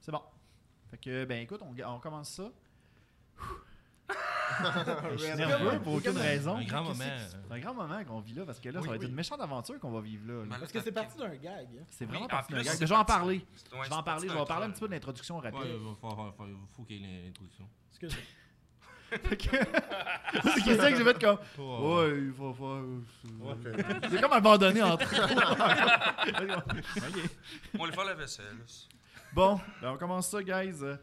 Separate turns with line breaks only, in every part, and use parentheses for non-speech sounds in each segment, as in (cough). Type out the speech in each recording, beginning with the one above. C'est bon. Fait que, ben écoute, on, on commence ça. Je suis nerveux pour aucune raison.
Un grand moment. hein.
C'est un grand moment qu'on vit là parce que là, ça va être une méchante aventure qu'on va vivre là. là.
Parce que c'est parti d'un gag. hein.
C'est
Ben, Oui,
vraiment
en
parti d'un
plus,
gag.
c'est
Je vais en
parti-
parler.
c'est- ouais,
je vais en
c'est
parler.
parti
Je vais en
d'un
parler un
truc.
petit peu de l'introduction
Ouais,
rapide. (laughs)
il va falloir- falloir- faut qu'il y ait l'introduction.
(laughs)
Excusez.
Fait que- c'est question que j'ai fait comme.
Oh,
Ouais, il va euh, faire. J'ai comme abandonné en
(laughs)
train. Ok.
On va aller faire
(laughs)
la vaisselle.
Bon, ben on commence ça, guys. Euh,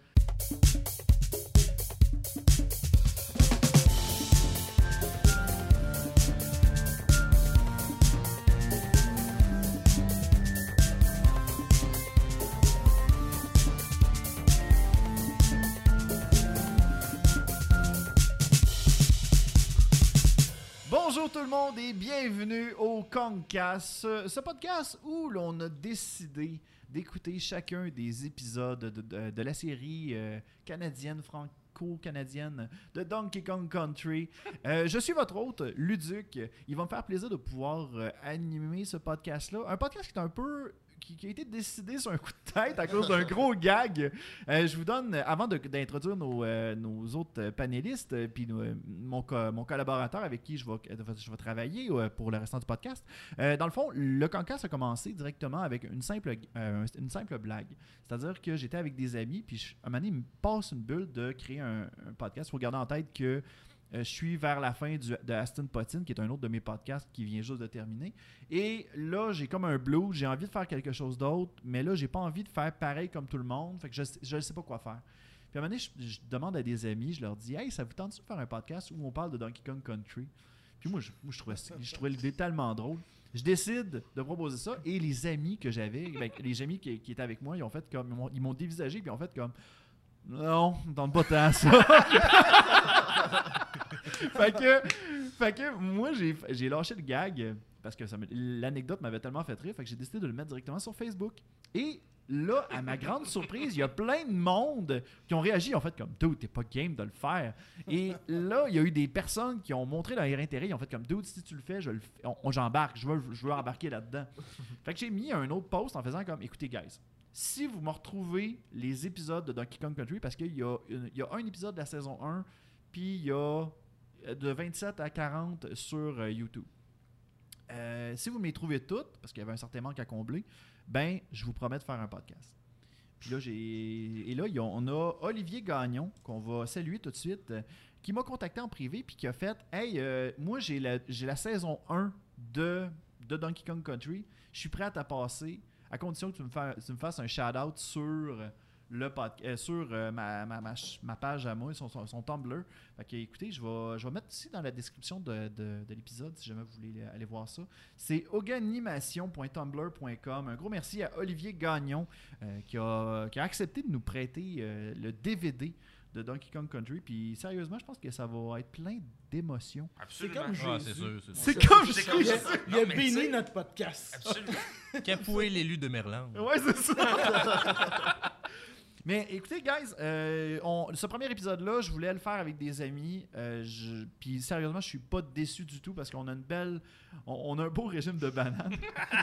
Bonjour tout le monde et bienvenue au Concast, ce ce podcast où l'on a décidé d'écouter chacun des épisodes de, de- de la série euh, canadienne, franco-canadienne de Donkey Kong Country. Euh, je suis votre hôte, Luduc. Il va me faire plaisir de pouvoir euh, animer ce podcast-là. Un podcast qui est un peu. Qui, qui a été décidé sur un coup de tête à cause d'un gros gag. Euh, je vous donne, euh, avant de- d'introduire nos, euh, nos autres euh, panélistes, euh, puis nos, euh, mon, co- mon collaborateur avec qui je vais, je vais travailler euh, pour le restant du podcast, euh, dans le fond, le concast a commencé directement avec une simple, euh, une simple blague. C'est-à-dire que j'étais avec des amis, puis je, à un moment donné, il me passe une bulle de créer un, un podcast. Il faut garder en tête que euh, je suis vers la fin du- de Aston Potin, qui est un autre de mes podcasts qui vient juste de terminer. Et là, j'ai comme un blues, j'ai envie de faire quelque chose d'autre, mais là, j'ai pas envie de faire pareil comme tout le monde. Fait que je, sais- je sais pas quoi faire. Puis à un moment donné, je, je demande à des amis, je leur dis Hey, ça vous tente de faire un podcast où on parle de Donkey Kong Country Puis moi, je, moi, je trouvais, je trouvais l'idée tellement drôle. Je décide de proposer ça et les amis que j'avais, ben, les amis qui, qui étaient avec moi, ils ont fait comme ils m'ont- ils m'ont dévisagé puis ils ont fait comme non, dans pas tant ça. (laughs) fait que fait que moi j'ai j'ai lâché le gag parce que ça me- l'anecdote m'avait tellement fait rire, fait que j'ai décidé de le mettre directement sur Facebook et Là, à ma grande surprise, il y a plein de monde qui ont réagi en fait comme Dude, t'es pas game de le faire. Et là, il y a eu des personnes qui ont montré leur intérêt. Ils ont fait comme Dude, si tu le fais, je le fais- on- on- j'embarque, je veux, je veux embarquer là-dedans. fait que j'ai mis un autre post en faisant comme Écoutez, guys, si vous me retrouvez les épisodes de Donkey Kong Country, parce qu'il y, a une- il y a un épisode de la saison 1, puis il y a euh, de 27 à 40 sur euh, YouTube. Euh, si vous me les trouvez toutes, parce qu'il y avait un certain manque à combler, ben, je vous promets de faire un podcast. Puis là, j'ai. Et là, ils ont- on a Olivier Gagnon, qu'on va saluer tout de suite, euh, qui m'a contacté en privé, puis qui a fait Hey, euh, moi, j'ai la, j'ai la saison 1 de, de Donkey Kong Country. Je suis prêt à t'a passer, à condition que tu me, fa- tu me fasses un shout-out sur. Le pod- euh, sur euh, ma, ma, ma ch- ma page à moi, son, son, son Tumblr. Fait que, écoutez, je vais, je vais mettre ici dans la description de, de- de l'épisode si jamais vous voulez aller voir ça. C'est hoganimation.tumblr.com. Un gros merci à Olivier Gagnon euh, qui, a, qui a accepté de nous prêter euh, le DVD de Donkey Kong Country. Puis sérieusement, je pense que ça va être plein d'émotions.
Absolument.
comme-
Ah,
Jésus.
c'est sûr, c'est sûr.
C'est comme
C'est
Il
comme
a,
ça.
il a
Non, mais
béni
tu sais-
notre podcast.
Absolument.
Capoué l'élu de Merlande.
Ouais, c'est ça. (laughs) Mais écoutez, guys, euh, on- ce premier épisode-là, je voulais le faire avec des amis. euh, je- Puis sérieusement, je suis pas déçu du tout parce qu'on a une belle. On, on a un beau régime de bananes.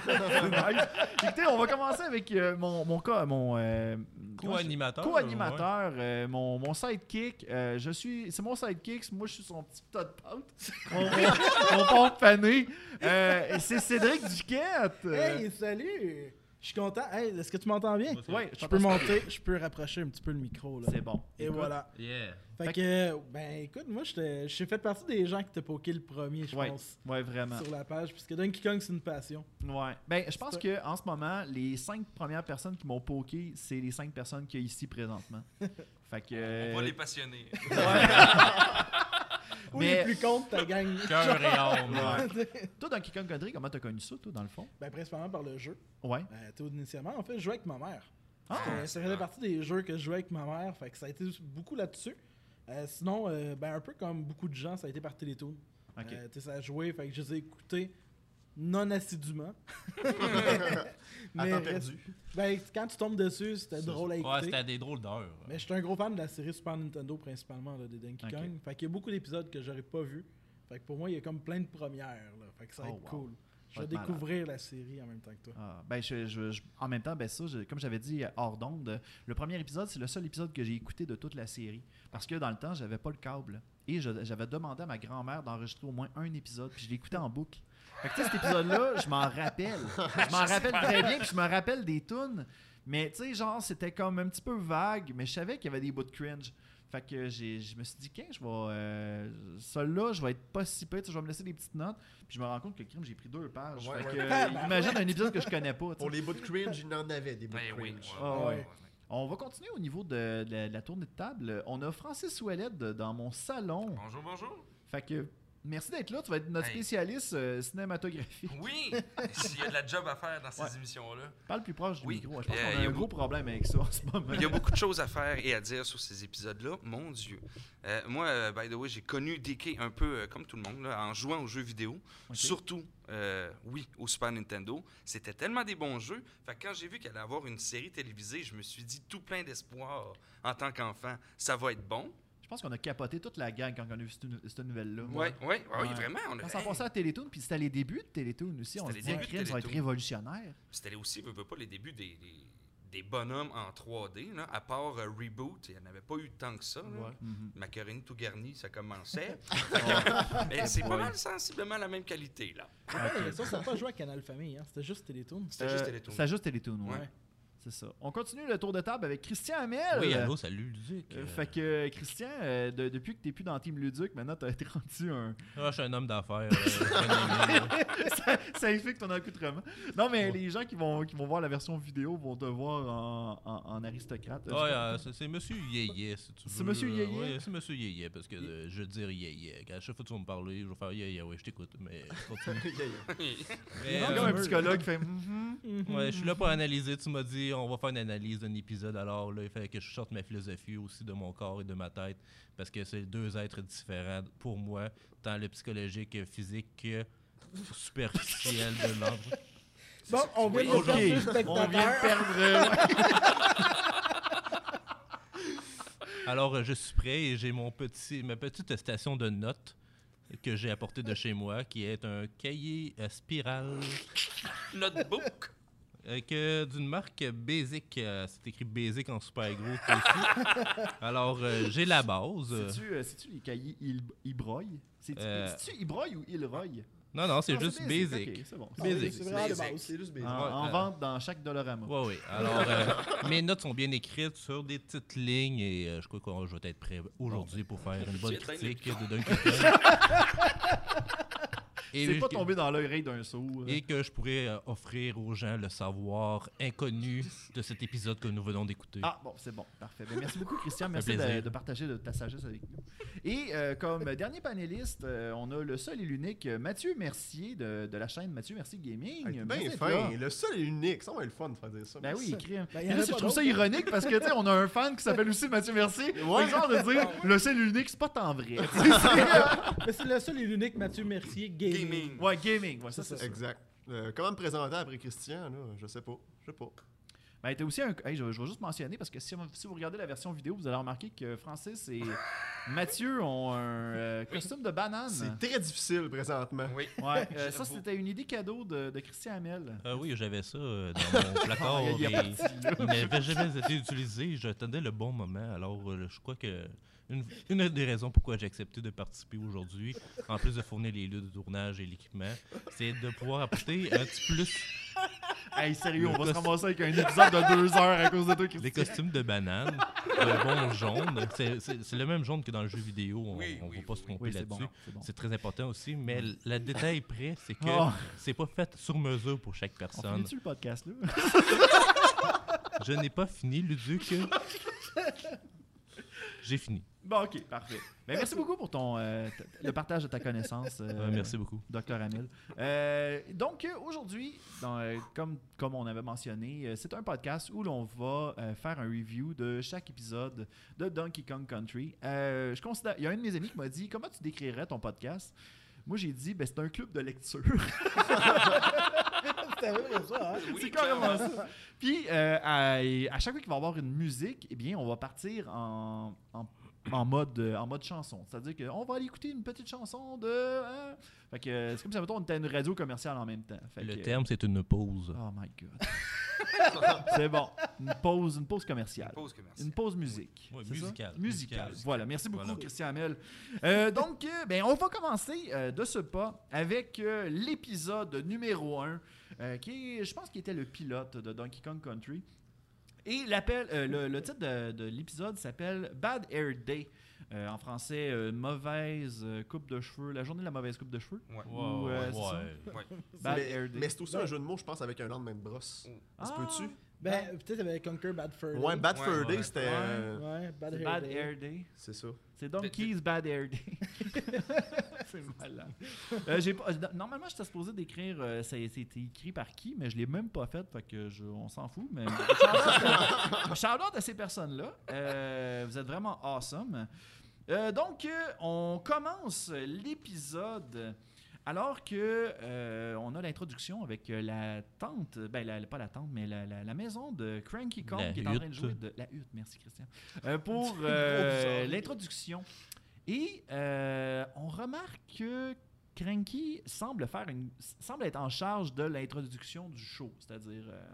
C'est nice. Écoutez, on va commencer avec euh, mon, mon cas. Mon, euh, comment je-
Co-animateur.
Co-animateur, euh, mon, mon sidekick, euh, je suis, c'est mon sidekick, moi je suis son petit tas de
(laughs)
pâtes, mon, mon- mon pompe pané. Euh, c'est Cédric Duquette. Euh,
Hey, salut! Je suis content. Hey, est-ce que tu m'entends bien?
ouais,
Je peux monter, je peux rapprocher un petit peu le micro. Là.
C'est bon.
Et
Écoute,
voilà.
Yeah.
Fait que, ben écoute, moi, j'étais- j'ai fait partie des gens qui t'ont poké le premier, je
Ouais,
pense,
ouais, vraiment.
sur la page, puisque Donkey Kong, c'est une passion.
Ouais. Ben, je pense
C'est-
que en ce moment, les cinq premières personnes qui m'ont poké, c'est les cinq personnes qu'il y a ici présentement. Fait que. euh,
On (laughs) va les passionner.
Ou
Mais-
les plus contre, t'as gagné.
Cœur et âme.
(laughs) Ouais. Toi, dans Kong Country, comment t'as connu ça, toi, dans le fond
(laughs) ben, principalement par le jeu.
Ouais.
Euh, tout initialement, en fait, je jouais avec ma mère.
Ah.
Euh, ça faisait partie des jeux que je jouais avec ma mère, fait que ça a été beaucoup là-dessus. Euh, sinon, euh, ben, un peu comme beaucoup de gens, ça a été par Télétoon.
Ok.
Euh, tu sais, ça a joué, fait que je les ai écoutés non assidûment. (laughs)
temps
reste-
perdu.
Ben, quand tu tombes dessus, c'était drôle à
Ouais,
écouter.
c'était à des drôles d'heures.
mais j'étais un gros fan de la série Super Nintendo principalement là, de Donkey
Ok.
Kong. Fait qu'il y a beaucoup d'épisodes que j'aurais pas vus. Fait que pour moi, il y a comme plein de premières. là. Fait que ça va
Oh,
être
wow.
cool. Je
va
vais
être malade.
découvrir la série en même temps que toi.
Ah, ben, je- je- je- en même temps, ben ça, je- comme j'avais dit euh, hors d'onde, euh, le premier épisode, c'est le seul épisode que j'ai écouté de toute la série. Parce que dans le temps, j'avais pas le câble. Et je- j'avais demandé à ma grand-mère d'enregistrer au moins un épisode, puis je l'écoutais en boucle. Fait que, tu sais, cet épisode-là, je m'en rappelle. Je m'en rappelle très bien, puis je me rappelle des tunes. Mais, tu sais, genre, c'était comme un petit peu vague, mais je savais qu'il y avait des bouts de cringe. Fait que j'ai- je me suis dit, qu'est-ce je vais. Euh, Celui-là, je vais être pas si pire, tu sais, je vais me laisser des petites notes. Puis je me rends compte que le crime, j'ai pris deux pages.
Ouais,
fait
Ah, ben ouais.
que, euh, imagine un épisode que je connais pas. tu sais.
Pour les bouts de cringe, il en avait des bouts
Ben
de
oui.
cringe.
Ah
ouais.
On va continuer au niveau de, de la, de la tournée de table. On a Francis Ouellette de- dans mon salon.
Bonjour,
(laughs)
bonjour.
Fait que merci d'être là. Tu vas être notre
Hey.
spécialiste euh, cinématographique.
Oui, s'il y a de la job à faire dans ces
Ouais.
émissions-là.
Parle plus proche du
Oui.
micro. Je pense
Euh,
qu'on
il
a
y a
un gros problème avec ça en ce moment.
Il y a beaucoup de choses à faire et à dire sur ces épisodes-là. Mon Dieu. Euh, moi, euh, by the way, j'ai connu DK un peu euh, comme tout le monde, là, en jouant aux jeux vidéo.
Ok.
Surtout, euh, oui, au Super Nintendo. C'était tellement des bons jeux. Fait que quand j'ai vu qu'elle allait avoir une série télévisée, je me suis dit tout plein d'espoir en tant qu'enfant. Ça va être bon.
Je pense qu'on a capoté toute la gang quand on a vu cette, nou- cette nouvelle-là.
Oui, oui, ouais, ouais,
Ouais.
vraiment. On a-
Quand ça passait à Télétoon, puis c'était les débuts de Télétoon aussi. On se
C'était les
disait,
débuts de
crime, ça va être
Télétoon.
révolutionnaire.
C'était aussi, veux, veux pas, les débuts des, des- des bonhommes en 3D. là. À part euh, Reboot, il n'y en avait pas eu tant que ça. là. (laughs)
Mhm.
Macaroni tout garni, ça
(laughs)
commençait. Fait que- Mais c'est pas mal sensiblement la même qualité, là.
Ouais, ça, ça n'a pas joué à Canal Famille, hein. c'était juste Télétoon.
C'était juste
Euh,
Télétoon.
C'était juste Télétoon, ouais.
Ouais.
C'est ça. On continue le tour de table avec Christian Hamel.
Oui, allô, salut, Luduc.
Euh, Fait que euh, Christian, euh, de- depuis que t'es plus dans Team Luduc, maintenant t'as (laughs) été rendu un.
Ah, je suis un
(laughs)
homme d'affaires. euh,
ça, ça explique ton accoutrement. Non, mais les gens qui vont, qui vont voir la version vidéo vont te voir en, en- en aristocrate.
Ouais, euh, c'est- c'est Monsieur Yéyé, si tu veux.
C'est Monsieur
euh,
Yéyé?
ouais, c'est Monsieur Yéyé, parce que euh, je veux dire Yéyé. À chaque fois que tu vas me parler, je vais faire Yéyé, ouais, je t'écoute, mais je
(laughs)
continue.
(laughs)
Mais,
C'est
euh,
comme un psychologue qui fait Mhm.
ouais, je suis là pour analyser. Tu m'as dit, on va faire une analyse d'un épisode, alors là, il fallait que je sorte ma philosophie aussi de mon corps et de ma tête, parce que c'est deux êtres différents pour moi, tant le psychologique euh, physique que superficiel de l'ordre.
Bon, on vient de
Ok,
perdre le
on vient de
spectateur.
perdre. euh,
Alors, euh, je suis prêt et j'ai mon petit, ma petite station de notes que j'ai apportée de chez moi, qui est un cahier euh, à spirale
(laughs) Notebook.
euh, que d'une marque Basic. euh, C'est écrit Basic en super gros. aussi. Alors, euh, j'ai la base. (laughs) euh,
C'est-tu euh, c'est-tu les cahiers Il- Ibroy C'est-tu
Euh.
c'est-tu Ibroy ou Ilroy
Non, non, c'est
Non,
juste Basic.
ok, c'est bon.
Ah
Basic.
oui, C'est vraiment de
Basic.
base.
C'est juste
En,
basic.
en
euh,
vente dans chaque Dolorama.
Oui, oui. Alors,
(laughs)
euh, mes notes sont bien écrites sur des petites lignes et euh, je crois que je vais être prêt aujourd'hui pour faire
(laughs)
une bonne
J'ai éteint le
critique de Donkey Kong.
(laughs)
Et
C'est pas
je-
tombé dans l'oreille d'un saut.
et que je pourrais euh, offrir aux gens le savoir inconnu de cet épisode que nous venons d'écouter.
Ah bon, c'est bon, parfait. Ben, merci beaucoup, Christian. Merci
plaisir.
de, de partager de- ta sagesse avec nous. Et euh, comme dernier panéliste, euh, on a le seul et l'unique euh, Mathieu Mercier de, de la chaîne Mathieu Mercier Gaming.
Hey, t'es
Merci
Ben
d'être
fin,
là.
le seul et unique. Ça, on va être le fun de faire dire ça.
Ben oui, il crie.
Ben, y
Et
en
là,
a
je
pas
trouve ça
d'autres.
ironique parce que tu sais, on a un fan qui s'appelle aussi Mathieu Mercier. Ouais. genre de dire le seul et l'unique, c'est pas tant (laughs) vrai. Tu sais,
Mais c'est le seul et l'unique Mathieu Mercier gaming.
Gaming.
ouais, gaming, ouais, ça c'est
C'est
ça.
Exact. Euh, comment me présenter après Christian, là? Je sais pas. Je sais pas.
Ben, t'as aussi un. hey, je, je vais juste mentionner parce que si, si vous regardez la version vidéo, vous allez remarquer que Francis (laughs) et Mathieu ont un euh, costume de banane.
C'est très difficile présentement.
Oui.
Ouais, euh, ça
J'avoue.
c'était une idée cadeau de, de Christian Hamel.
Ah oui, j'avais ça
(laughs)
euh, dans mon placard
Ah, il
et
y a parti,
il n'avait jamais été utilisé. J'attendais le bon moment. Alors, euh, je crois que une, une des raisons pourquoi j'ai accepté de participer aujourd'hui, en plus de fournir les lieux de tournage et l'équipement, c'est de pouvoir apporter un petit plus
(laughs) Hey, sérieux, on
Le
va se
cost-
ramasser avec un épisode de deux heures à cause de toi,
les
Christian.
costumes de banane, un bon jaune. C'est- C'est c'est le même jaune que dans le jeu vidéo. On
Oui,
ne
oui,
va pas
oui,
se
oui.
tromper
Oui, c'est
là-dessus.
bon. C'est bon.
C'est très important aussi, mais le- le détail près, c'est que
Oh.
c'est pas fait sur mesure pour chaque
On
personne.
finit-tu le podcast, là?
Je n'ai pas fini, Luduc. J'ai fini.
Bon, OK, parfait. Ben, merci beaucoup pour ton, euh, t- le partage de ta connaissance. euh,
Euh, merci beaucoup.
Docteur Hamel. Euh, donc euh, aujourd'hui, dans, euh, comme, comme on avait mentionné, euh, c'est un podcast où l'on va euh, faire un review de chaque épisode de Donkey Kong Country. Euh, je considère, il y a un de mes amis qui m'a dit comment tu décrirais ton podcast. Moi j'ai dit ben c'est un club de lecture. (laughs)
C'était vraiment ça, hein?
c'est carrément ça. Puis euh, à, à chaque fois qu'il va y avoir une musique, eh bien on va partir en, en en mode, euh, en mode chanson. C'est-à-dire qu'on va aller écouter une petite chanson de. hein. Fait que euh, c'est comme ça, mettons, on était à une radio commerciale en même temps. Fait
Le
que-
terme, c'est une pause.
Oh my god. (laughs) c'est bon. Une pause, une pause commerciale.
Pause commerciale.
Une pause musique.
Ouais,
c'est ça?
musicale.
Musicale.
Musicale.
Voilà. Merci beaucoup,
Voilà.
Christian Hamel. Euh, donc, euh, ben, on va commencer euh, de ce pas avec euh, l'épisode numéro 1, qui est, je pense, qui était le pilote de Donkey Kong Country. Et l'appel, euh, le, le titre de, de l'épisode s'appelle Bad Hair Day. Euh, en français, euh, mauvaise euh, coupe de cheveux, la journée de la mauvaise coupe de cheveux.
Ouais.
Ouais,
Ou, euh,
ouais, ouais.
Bad
mais
Hair Day.
mais c'est aussi un jeu de mots, je pense, avec un nom de même brosse. Ça
Ah!
se peut-tu?
Ben, peut-être avec Conquer Bad Fur.
Ouais, Bad
Ouais,
Fur
ouais.
Day, c'était. euh,
Ouais, Bad
C'est
Hair.
Bad
Day.
Hair Day.
C'est ça.
C'est Donkey's Bad Air
(laughs)
Day. c'est malade. Euh, j'ai pas- euh, normalement, j'étais supposé d'écrire. euh, ça a été écrit par qui, mais je l'ai même pas fait. Fait que je- on s'en fout. Mais (laughs) Charlotte à ces personnes-là. Euh, vous êtes vraiment awesome. Euh, donc, euh, on commence l'épisode. Alors que euh, on a l'introduction avec euh, la tante, ben la- pas la tante, mais la, la- la maison de Cranky Kong
La
qui est en train de
hutte.
jouer de la hutte, merci Christian, Euh,
(laughs)
pour euh,
bizarre.
l'introduction. Et euh, on remarque que Cranky semble faire une, semble être en charge de l'introduction du show, c'est-à-dire euh,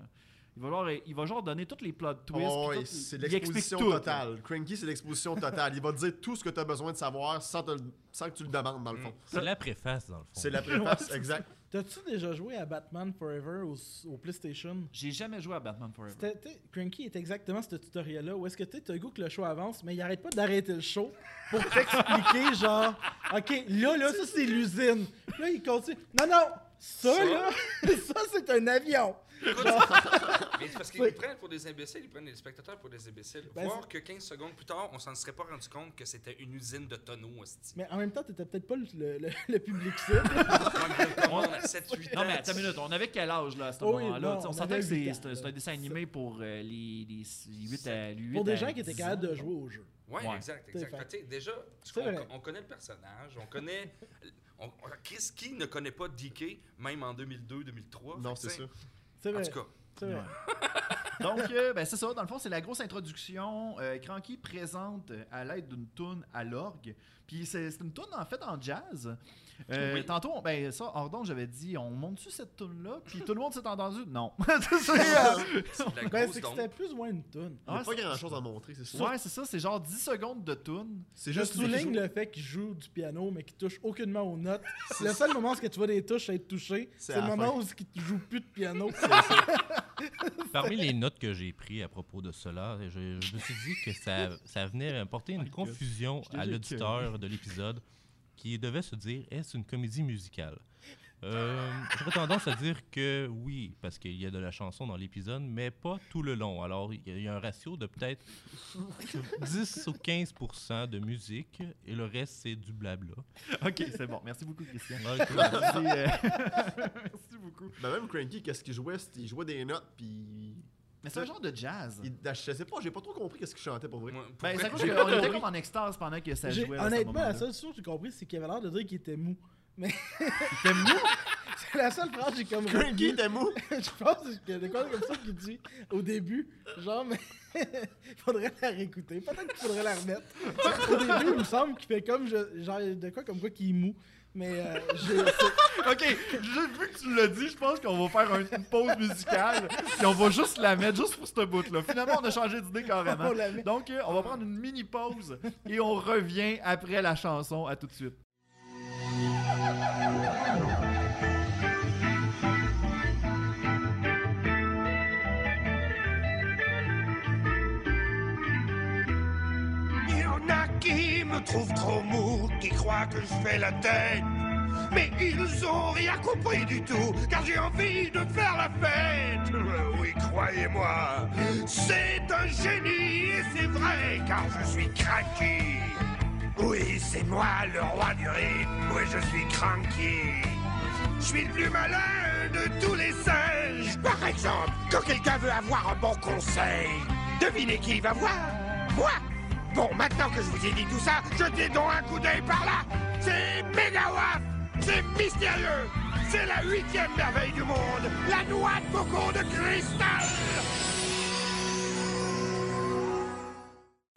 il va genre, il va genre donner toutes les plot twists.
Oh,
puis
ouais,
tout-
c'est
il
l'exposition
explique tout,
totale. Cranky, c'est l'exposition totale. Il va te dire tout ce que tu as besoin de savoir sans, te le- sans que tu le demandes, dans le fond.
Mm.
C'est la préface, dans le fond.
C'est
(laughs)
la préface, exact.
T'as-tu déjà joué à Batman Forever au, au PlayStation?
J'ai jamais joué à Batman Forever.
C'était- t'sais, Cranky est exactement ce tutoriel-là où est-ce que tu as le goût que le show avance, mais il arrête pas d'arrêter le show pour t'expliquer, (laughs) genre, OK, là, là, ça, c'est l'usine. Là, il continue. Non, non, ça,
Ça?
là, (laughs) ça, c'est un avion.
(laughs)
Mais c'est parce
Oui.
qu'ils prennent pour des imbéciles, ils prennent les spectateurs pour des imbéciles.
Ben,
Voir que 15 secondes plus tard, on s'en serait pas rendu compte que c'était une usine de tonneaux, hostie.
Mais en même temps, t'étais peut-être pas le, le- le- le public cible.
On a 7-8 ans.
Non, mais attends une minute, on avait quel âge là, à ce
Oh oui,
moment-là?
bon,
Tu sais, on
on
s'entend
avait
que
huit
c'est
ans,
c'est un-
là.
c'est un dessin animé pour euh, les, les euh, 8 à 8
Pour des gens qui étaient capables de jouer au jeu.
Ouais,
Ouais.
exact,
C'est
exact.
fait.
Fait que, tu sais, déjà,
C'est
tu con-
vrai.
on, connaît le personnage, on connaît. on- on- Chris, qui ne connaît pas DK, même en 2002-2003
Non, c'est ça.
C'est
En
vrai.
tout cas,
c'est vrai.
Donc, euh, ben, c'est ça. Dans le fond, c'est la grosse introduction. Euh, Cranky présente euh, à l'aide d'une toune à l'orgue. Puis c'est c'est une toune en fait en jazz. Euh,
Oui.
Tantôt, on- ben ça, Ordon, j'avais dit, on monte-tu cette toune là Puis tout le monde s'est entendu. Non. C'est, euh,
c'est de la
Ben,
grosse
c'est que
tombe.
c'était plus ou moins une toune.
Il n'y
Ah,
a pas grand chose à montrer, c'est ça.
Ouais, c'est ça. C'est genre 10 secondes de toune.
C'est
Je
juste les
souligne
joues.
le fait qu'il joue du piano, mais qu'il touche aucunement aux notes. Le seul moment où est-ce que tu vois des touches être touchées,
C'est
c'est le
à la
moment
fin.
où il joue plus de piano.
Parmi les notes que j'ai prises à propos de cela, je, je me suis dit que ça, ça venait apporter une confusion
Je te
à
jure
l'auditeur de l'épisode qui devait se dire est-ce une comédie musicale Euh, J'aurais tendance à dire que oui, parce qu'il y a de la chanson dans l'épisode, mais pas tout le long. Alors, il y a- il y, a un ratio de peut-être 10 ou 15 de musique et le reste, c'est du blabla.
Ok, c'est bon. Merci beaucoup,
(laughs)
Christian.
Ok.
Merci, euh, Merci beaucoup.
Ben, même Cranky, qu'est-ce qu'il jouait c'est- Il jouait des notes, puis.
Mais c'est un genre de jazz.
il- Je sais pas, j'ai pas trop compris qu'est-ce qu'il chantait pour vrai.
Moi, pour
Ben,
vrai,
ça cause
j'ai-
qu'on était comme en extase pendant que ça
J'ai-
jouait. à ce
honnêtement,
moment-là.
la seule chose que j'ai compris, c'est qu'il avait l'air de dire qu'il était mou.
C'était mou.
(laughs) C'est la seule phrase que j'ai comme
Cranky,
retenue.
t'es mou
(laughs) Je pense qu'il y a des choses comme ça qu'il dit au début. Genre, mais (laughs) il faudrait la réécouter. Peut-être qu'il faudrait la remettre. au début, il me semble qu'il fait comme. je- genre, de quoi comme quoi qu'il est mou. Mais euh, j'ai-
Ok, je- vu que tu l'as dit, je pense qu'on va faire un- une pause musicale. Puis on va juste la mettre juste pour ce bout-là. Finalement, on a changé d'idée carrément.
On la met.
Donc, euh, on va prendre une mini pause et on revient après la chanson. À tout de suite.
Il y en a qui me trouvent trop mou, qui croient que je fais la tête. Mais ils ont rien compris du tout, car j'ai envie de faire la fête. Euh, Oui, croyez-moi, c'est un génie et c'est vrai, car je suis cranky. Oui, c'est moi le roi du rythme, oui, je suis cranky. Je suis le plus malin de tous les singes. Par exemple, quand quelqu'un veut avoir un bon conseil, devinez qui il va voir Moi Bon, maintenant que je vous ai dit tout ça, jetez donc un coup d'œil par là C'est mégawatt C'est mystérieux C'est la huitième merveille du monde La noix de coco de cristal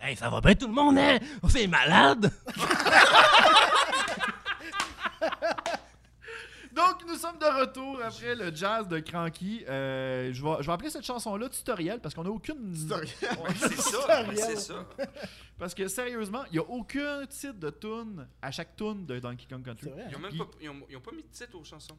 Eh,
Hey, ça va bien tout le monde, hein? C'est malade!
Donc, nous sommes de retour après le jazz de Cranky. Euh, je, vais, je vais appeler cette chanson-là tutoriel parce qu'on n'a aucune.
Ouais, c'est ça, ouais, c'est ça.
Parce que sérieusement, il n'y a aucun titre de tune à chaque tune de Donkey Kong Country.
C'est vrai. hein?
Ils ont même
Puis-
pas, ils ont, ils ont pas mis de titre aux chansons.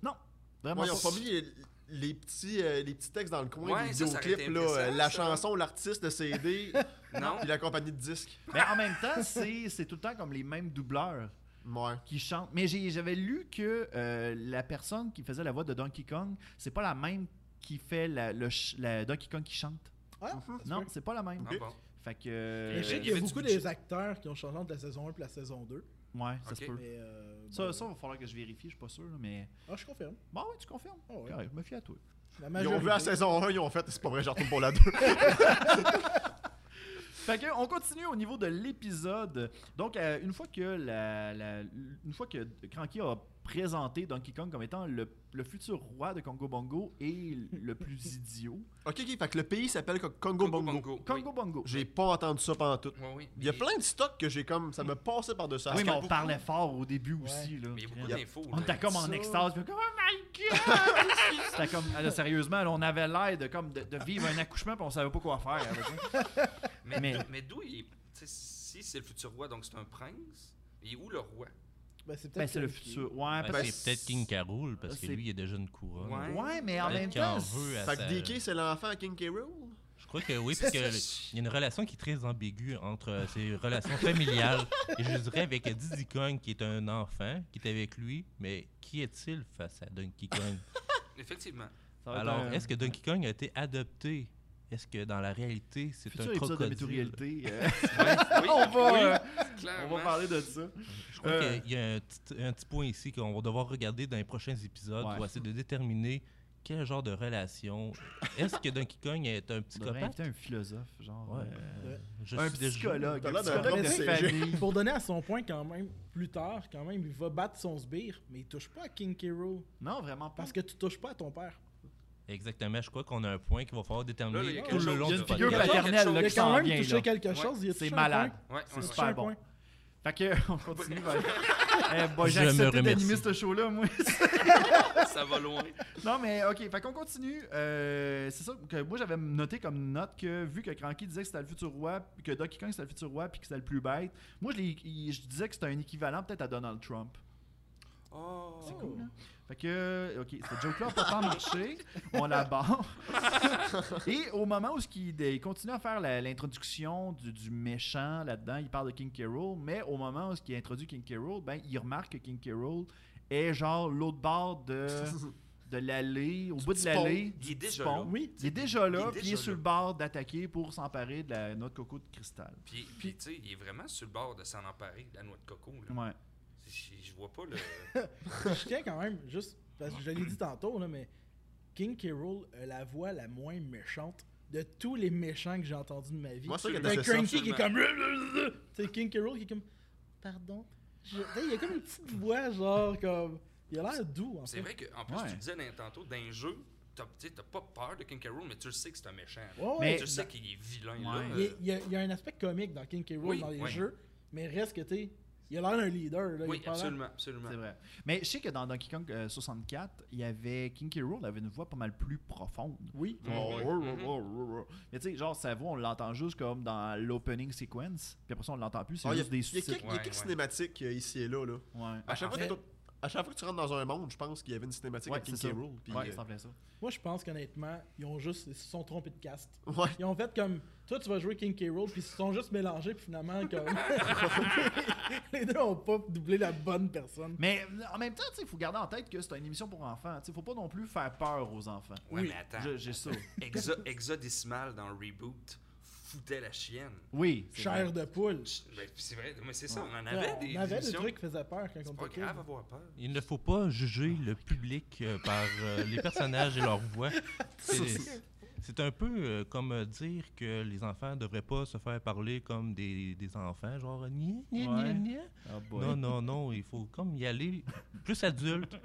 Vraiment
Moi, ils ont
pas.
pas mis les, les petits, euh, les petits textes dans le coin,
Ouais,
les
ça, ça aurait
vidéoclips,
été
là, euh,
impressionnant, ça.
la chanson, l'artiste, le (laughs) CD,
Non.
puis la compagnie de disques.
Mais en même temps, c'est c'est tout le temps comme les mêmes doubleurs
Ouais.
qui chantent. Mais j'ai- j'avais lu que euh, la personne qui faisait la voix de Donkey Kong, c'est pas la même qui fait la, le ch- la Donkey Kong qui chante.
Ah,
mhm. Non, Euh, c'est pas la même.
Ah bon.
Fait que.
Mais je sais
euh,
il
qu'il y
fait
a
du
beaucoup
budget.
des acteurs qui ont changé entre la saison 1 et la saison 2.
ouais, ça se
Ok.
peut.
Mais euh,
Ça,
bon.
ça, va falloir que je vérifie, je suis pas sûr, là, mais.
Ah, je confirme.
Bon, ouais, tu confirmes.
Ah ouais.
Correct, je me fie à toi.
La
Ils ont
majorité.
vu la saison 1, ils ont fait, c'est pas vrai, je retourne pour la 2.
Fait que, on continue au niveau de l'épisode. Donc, euh, une fois que la, la- une fois que Cranky a présenté Donkey Kong comme étant le, le futur roi de Congo Bongo et le
(laughs)
plus idiot,
(laughs) ok, ok, fait que le pays s'appelle Co- Congo Bongo.
Congo Bongo.
J'ai pas entendu ça pendant tout.
Oui. Ouais, oui.
Il y a
Mais-
plein de stocks que j'ai comme, ça me passait par-dessus. la
Oui, mais
tête.
on parlait fort au début aussi. Là,
Mais il y a beaucoup
Crème.
d'infos.
on
là.
était comme en
Ça.
extase. puis comme, oh my god!
(laughs)
C'était comme, alors, sérieusement, là, on avait l'air de, comme, de, de vivre un accouchement puis on savait pas quoi faire. avec
(laughs)
ça.
Mais,
Mais-
mais d'où il est. tu sais, Si c'est le futur roi, donc c'est un prince, et où le roi
Ben, c'est peut-être
Ben, c'est le
qualifié.
futur. Ouais,
Ben,
parce-
c'est peut-être King Carol parce que
c'est-
lui, il a déjà une couronne.
Ouais.
ouais, mais en
Peut-être
même
qu'il
temps.
en veut à
Fait
sa-
que DK, c'est l'enfant à King K. Rool?
Je crois que oui,
(laughs)
parce qu'il y a une relation qui est très ambiguë entre euh, ses relations familiales. et je dirais avec Diddy Kong, qui est un enfant, qui est avec lui, mais qui est-il face à Donkey Kong?
Effectivement.
ça va être
Alors,
un-
est-ce que Donkey Kong a été adopté? Est-ce que dans la réalité, c'est un
Futur épisode de
crocodile?
Météo-réalité.
(laughs)
Oui,
on, va, euh,
clairement.
on va parler de ça.
Je crois
Euh.
qu'il y a un petit, un petit point ici qu'on va devoir regarder dans les prochains épisodes
Ouais.
pour essayer de déterminer quel genre
(laughs)
de relation. Est-ce que Donkey Kong est
On
un
devrait
psychopathe?
inviter un philosophe, genre.
Ouais.
euh,
Je
un
suis déjà-
psychologue.
T'as
Un
l'air d'un
psychologue de
homme
de
famille.
Pour donner à son point, quand même, plus tard, quand même, il va battre son sbire, mais il touche pas à King K. Rool,
Non, vraiment pas.
Parce que tu touches pas à ton père.
Exactement, je crois qu'on a un point qu'il va falloir
Là, là, il y
déterminer
a
tout
quelque
le
chose
long
de-
Il y a
du
une figure
podcast.
paternelle,
quelque
là,
Il a
qui s'en
quand même
vient.
touché
là.
quelque chose, hein, il a touché
C'est
un
malade.
point.
Ouais,
C'est
ouais,
super
ouais.
bon. Fait que, (laughs) on
(laughs)
continue. vers- Eh, boy,
Je
J'ai
me
accepté
remercie.
d'animer ce show-là, moi. (laughs)
Ça va loin.
non, mais OK. Fait qu'on continue. Euh, c'est ça que moi, j'avais noté comme note que, vu que Cranky disait que c'était le futur roi, que Donkey Kong c'était le futur roi, puis que c'était le plus bête, moi, je, l'ai- je disais que c'était un équivalent peut-être à Donald Trump.
Oh.
C'est cool, hein?
Fait que, ok, cette joke-là n'a pas tant marché. On la
(laughs)
barre. Et au moment où ce qu'il- il continue à faire la- l'introduction du, du méchant là-dedans, il parle de King Carol, mais au moment où il introduit King Carol, ben, il remarque que King Carol est genre l'autre bord
(laughs)
de,
Euh, (laughs)
de l'allée, au bout de
petit pont.
l'allée.
Il est déjà
pont.
là.
Oui.
Il est déjà
Il
là,
est
puis il
déjà
est sur
là.
le bord d'attaquer pour s'emparer de la noix de coco de cristal.
Puis, puis tu sais, il est vraiment sur le bord de s'en emparer, la noix de coco. Là.
Ouais.
Je, je vois pas le.
(laughs)
Je tiens quand même, juste, parce que je l'ai dit tantôt, là, mais King K. Rool a la voix la moins méchante de tous les méchants que j'ai entendus de ma vie.
Moi, c'est sûr que
T'as
t'as fait ça.
Cranky qui est
absolument.
comme. (laughs) T'as King K. Rool qui est comme. Pardon. Je- T'sais, Il y a comme une petite voix, genre, comme. Il a l'air doux, en
C'est
fait.
vrai qu'en plus,
Ouais.
tu disais dans- tantôt, d'un jeu, t'as tu sais, t'as pas peur de King K. Rool, mais tu le sais que c'est un méchant. là.
Ouais, ouais.
Mais-
Tu le sais qu'il est vilain.
Ouais.
Là.
Il y,
Euh,
a- il y a, il y a un aspect comique dans King K. Rool
Oui,
dans les
oui.
jeux, mais reste que, tu il a l'air d'un leader. Là,
Oui,
il a pas l'air-
absolument, absolument.
C'est vrai. Mais je sais que dans Donkey Kong euh, 64, il y avait King K. Rool avait une voix pas mal plus profonde. Ah
Oui.
Mais tu sais, genre, sa voix, on l'entend juste comme dans l'opening sequence. Puis après ça, on l'entend plus. C'est
Ah, Il y a,
juste
il y
des
a quelques,
sous-titres.
il y a quelques
Ouais, ouais.
cinématiques euh, ici et là. là.
Ouais,
À chaque,
en
fois que
fait-
tu- à chaque fois que tu rentres dans un monde, je pense qu'il y avait une cinématique
Ouais,
avec King
c'est
K.
ça.
Rool. puis,
ouais,
euh,
ça en fait ça.
Moi, je pense qu'honnêtement, ils ont juste. Ils se sont trompés de cast.
ouais.
Ils ont fait comme. Toi, tu vas jouer King K. Rool, puis ils se sont juste mélangés, puis finalement, comme. (laughs) les deux ont pas doublé la bonne personne.
Mais euh, en même temps, tu sais, il faut garder en tête que c'est une émission pour enfants. Tu sais, faut pas non plus faire peur aux enfants.
Ouais,
Oui.
mais attends.
Je- J'ai ça.
Hexa- hexadécimal dans le reboot foutait la chienne.
Oui. c'est vrai.
Chair de poule.
Ben, puis c'est vrai, mais c'est ça, on en
Ouais,
avait des.
on avait des
émissions.
trucs qui faisaient peur quand on
C'est
était
pas
kid.
grave avoir peur.
Il ne faut pas juger le public euh, par euh, les personnages et
(laughs)
leur voix. C'est c'est un peu euh, comme euh, dire que les enfants ne devraient pas se faire parler comme des, des enfants, genre Nia, nia,
Ouais.
nia, nia.
Ah, boy.
Non, non, non, il faut comme y aller plus adulte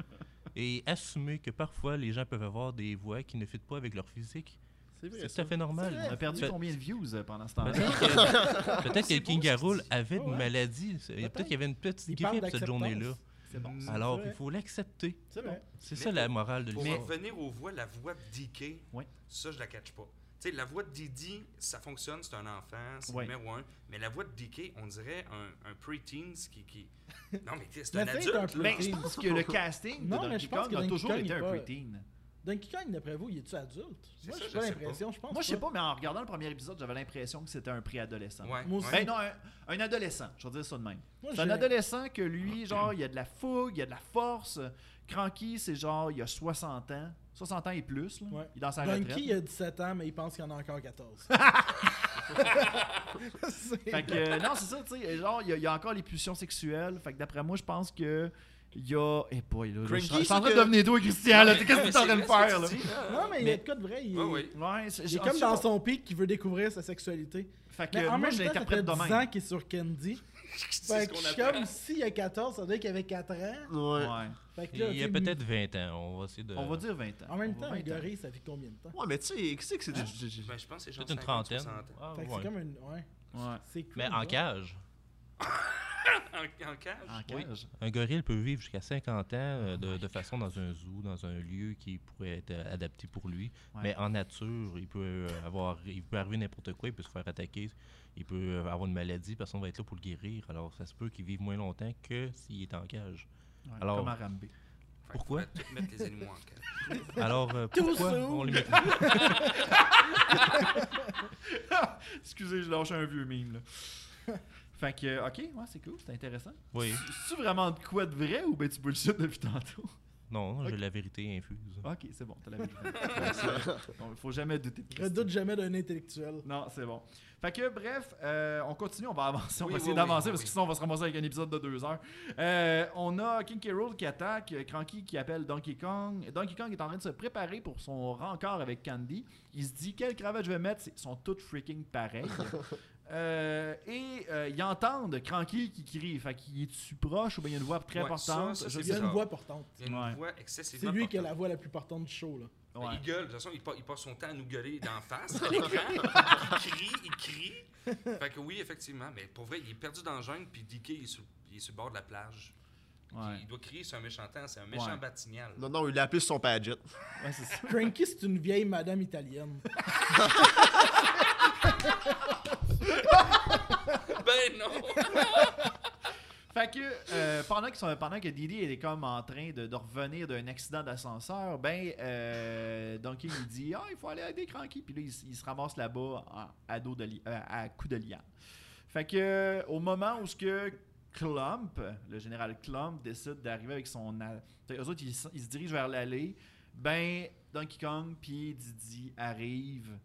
et assumer que parfois les gens peuvent avoir des voix qui ne fitent pas avec leur physique.
C'est vrai.
C'est tout à fait normal.
On a perdu
Fait-
combien de views euh, pendant ce temps-là?
Peut-être que- peut-être que
C'est
le King
beau, ce que tu
Garoul
dis.
avait une
Ouais.
maladie. C'est-
Peut-être.
Peut-être qu'il y avait une petite
Il parle
grippe cette
d'acceptance.
journée-là.
C'est bon.
Mm.
Alors,
vrai.
il faut l'accepter.
C'est bon.
C'est
Mais
ça la morale de
Pour
l'histoire.
revenir aux voix, la voix de DK,
Ouais.
ça, je la catch pas. Tu sais, la voix de Didi, ça fonctionne, c'est un enfant, c'est
Ouais.
numéro un. Mais la voix de DK, on dirait un, un preteens qui,
(laughs)
qui. Non, mais c'est
Mais
un
tu sais,
adulte.
t'es un
là.
peu-
Ben, je pense que le casting
Non,
de
mais
Donkey
je pense
Kong
que
a
Donkey
toujours
Kong
été
est
un
pas-
preteen.
Donkey Kong, d'après vous, il est-tu adulte? Moi,
ça,
j'ai
je
pas
sais
l'impression, je pense.
Moi, je sais pas, mais en regardant le premier épisode, j'avais l'impression que c'était un préadolescent.
Ouais,
Moi aussi.
ouais.
Ben non, un, un adolescent, je vais dire ça de même.
Moi,
C'est un
j'ai-
adolescent que lui, genre, il a de la fougue, il a de la force. Cranky, c'est genre, il a 60 ans. 60 ans et plus, là.
Ouais.
Il est dans sa
Donkey,
retraite.
il a 17 ans, mais il pense qu'il en a encore
(laughs)
14. C'est-
Fait que, euh, non, c'est ça, tu sais, genre, il y, a, il y a encore les pulsions sexuelles. Fait que d'après moi, je pense que il y a... Eh boy, là, là, je
Cranky,
suis en- je suis en train
c'est
de
que-
devenir toi, Christian, là. T'es- Qu'est-ce que
Mais
t'es en train de
(laughs) c'est vrai ce
faire, là?
que tu dis, là.
Non, mais il y a de quoi de vrai. Il,
Ouais, ouais.
Ouais, c'est-
il est
en
comme
tout
dans
cas,
son pic qui veut découvrir sa sexualité.
Fait
Mais
que
en
moi,
même
je
temps, ça fait
l'interprète de
10
même.
ans qu'il est sur Candy.
(laughs) C'est
Fait
ce
que
qu'on
je suis
appelle.
comme s'il a 14, ça veut dire qu'il avait 4 ans.
Ouais.
Ouais.
Fait que là,
Il y a
tu sais,
peut-être 20 ans. On va essayer de.
On va dire 20 ans.
En même
On va
temps,
20
un
ans.
gorille, ça fait combien de temps?
Ouais, mais tu sais, qu'est-ce que c'est des.
Ben, je pense que c'est genre
Peut-être une
50,
trentaine.
60 ans.
Ah,
Fait que
ouais.
c'est comme une. Ouais.
Ouais.
C'est cool,
Mais en
ouais.
cage.
En, en cage?
En
Oui.
cage.
Un gorille peut vivre jusqu'à 50 ans euh, de, de façon dans un zoo, dans un lieu qui pourrait être euh, adapté pour lui.
Ouais.
Mais en nature, il peut euh, avoir, il peut arriver n'importe quoi, il peut se faire attaquer, il peut euh, avoir une maladie, personne va être là pour le guérir. Alors ça se peut qu'il vive moins longtemps que s'il est en cage.
Ouais,
Alors-
Comme Arambe.
Fait
Pourquoi?
qu'on va tous mettre les animaux en cage.
(laughs)
Alors euh,
Too
pourquoi
soon.
on les met
Excusez, je lâche un vieux mime, là. (laughs) Fait que, euh, ok, ouais, c'est cool, c'est intéressant.
Oui.
C'est vraiment de quoi de vrai ou ben tu bullshit depuis tantôt? (laughs)
Non, j'ai
Ok.
la vérité infuse.
Ok, c'est bon, t'as la vérité. Il faut jamais douter de Christ.
Redoute jamais d'un intellectuel.
Non, c'est bon. Fait que, bref, euh, on continue, on va avancer, on
Oui,
va essayer
oui, oui,
d'avancer
oui,
parce que
oui.
sinon on va se ramasser avec un épisode de deux heures. Euh, on a King K. Rool qui attaque, euh, Cranky qui appelle Donkey Kong. Donkey Kong est en train de se préparer pour son rencard avec Candy. Il se dit quelle cravate je vais mettre, C'est- ils sont toutes freaking
(laughs)
pareilles. Euh, et euh, ils entendent Cranky qui crie, fait qu'il est-tu proche ou bien il y a une voix très
Ouais, ça,
importante.
ça,
Je
c'est
Il
sais
a une
bizarre.
voix portante.
Il y a une
Ouais.
voix excessivement
C'est lui qui a
portante.
la voix la plus portante du show. Là.
pas. Ouais.
Ben, Il gueule. De toute façon, il, pa- il passe son temps à nous gueuler d'en
(laughs)
face, à l'écran. (laughs) il crie, il crie. Fait que oui, effectivement. Mais pour vrai, il est perdu dans la jungle, puis Dicky, il, est sur- il est sur le bord de la plage.
Ouais.
Il doit crier, c'est un méchant temps, c'est un méchant
Ouais.
batignal.
Non, non, il a appelé sur son Padgett.
Ouais, c'est ça.
Cranky, c'est une vieille madame italienne.
Ben non!
Fait que euh, pendant, qu'ils sont, pendant que Didi elle est comme en train de, de revenir d'un accident d'ascenseur, ben euh, Donkey il dit Ah, il faut aller aider Cranky. Puis là, il, s- il se ramasse là-bas en- à, dos de li- euh, à coup de liane. Fait que euh, au moment où ce que Clump, le général Clump, décide d'arriver avec son. a- Fait que Eux autres, ils, s- ils se dirigent vers l'allée. Ben, Donkey Kong puis Didi arrivent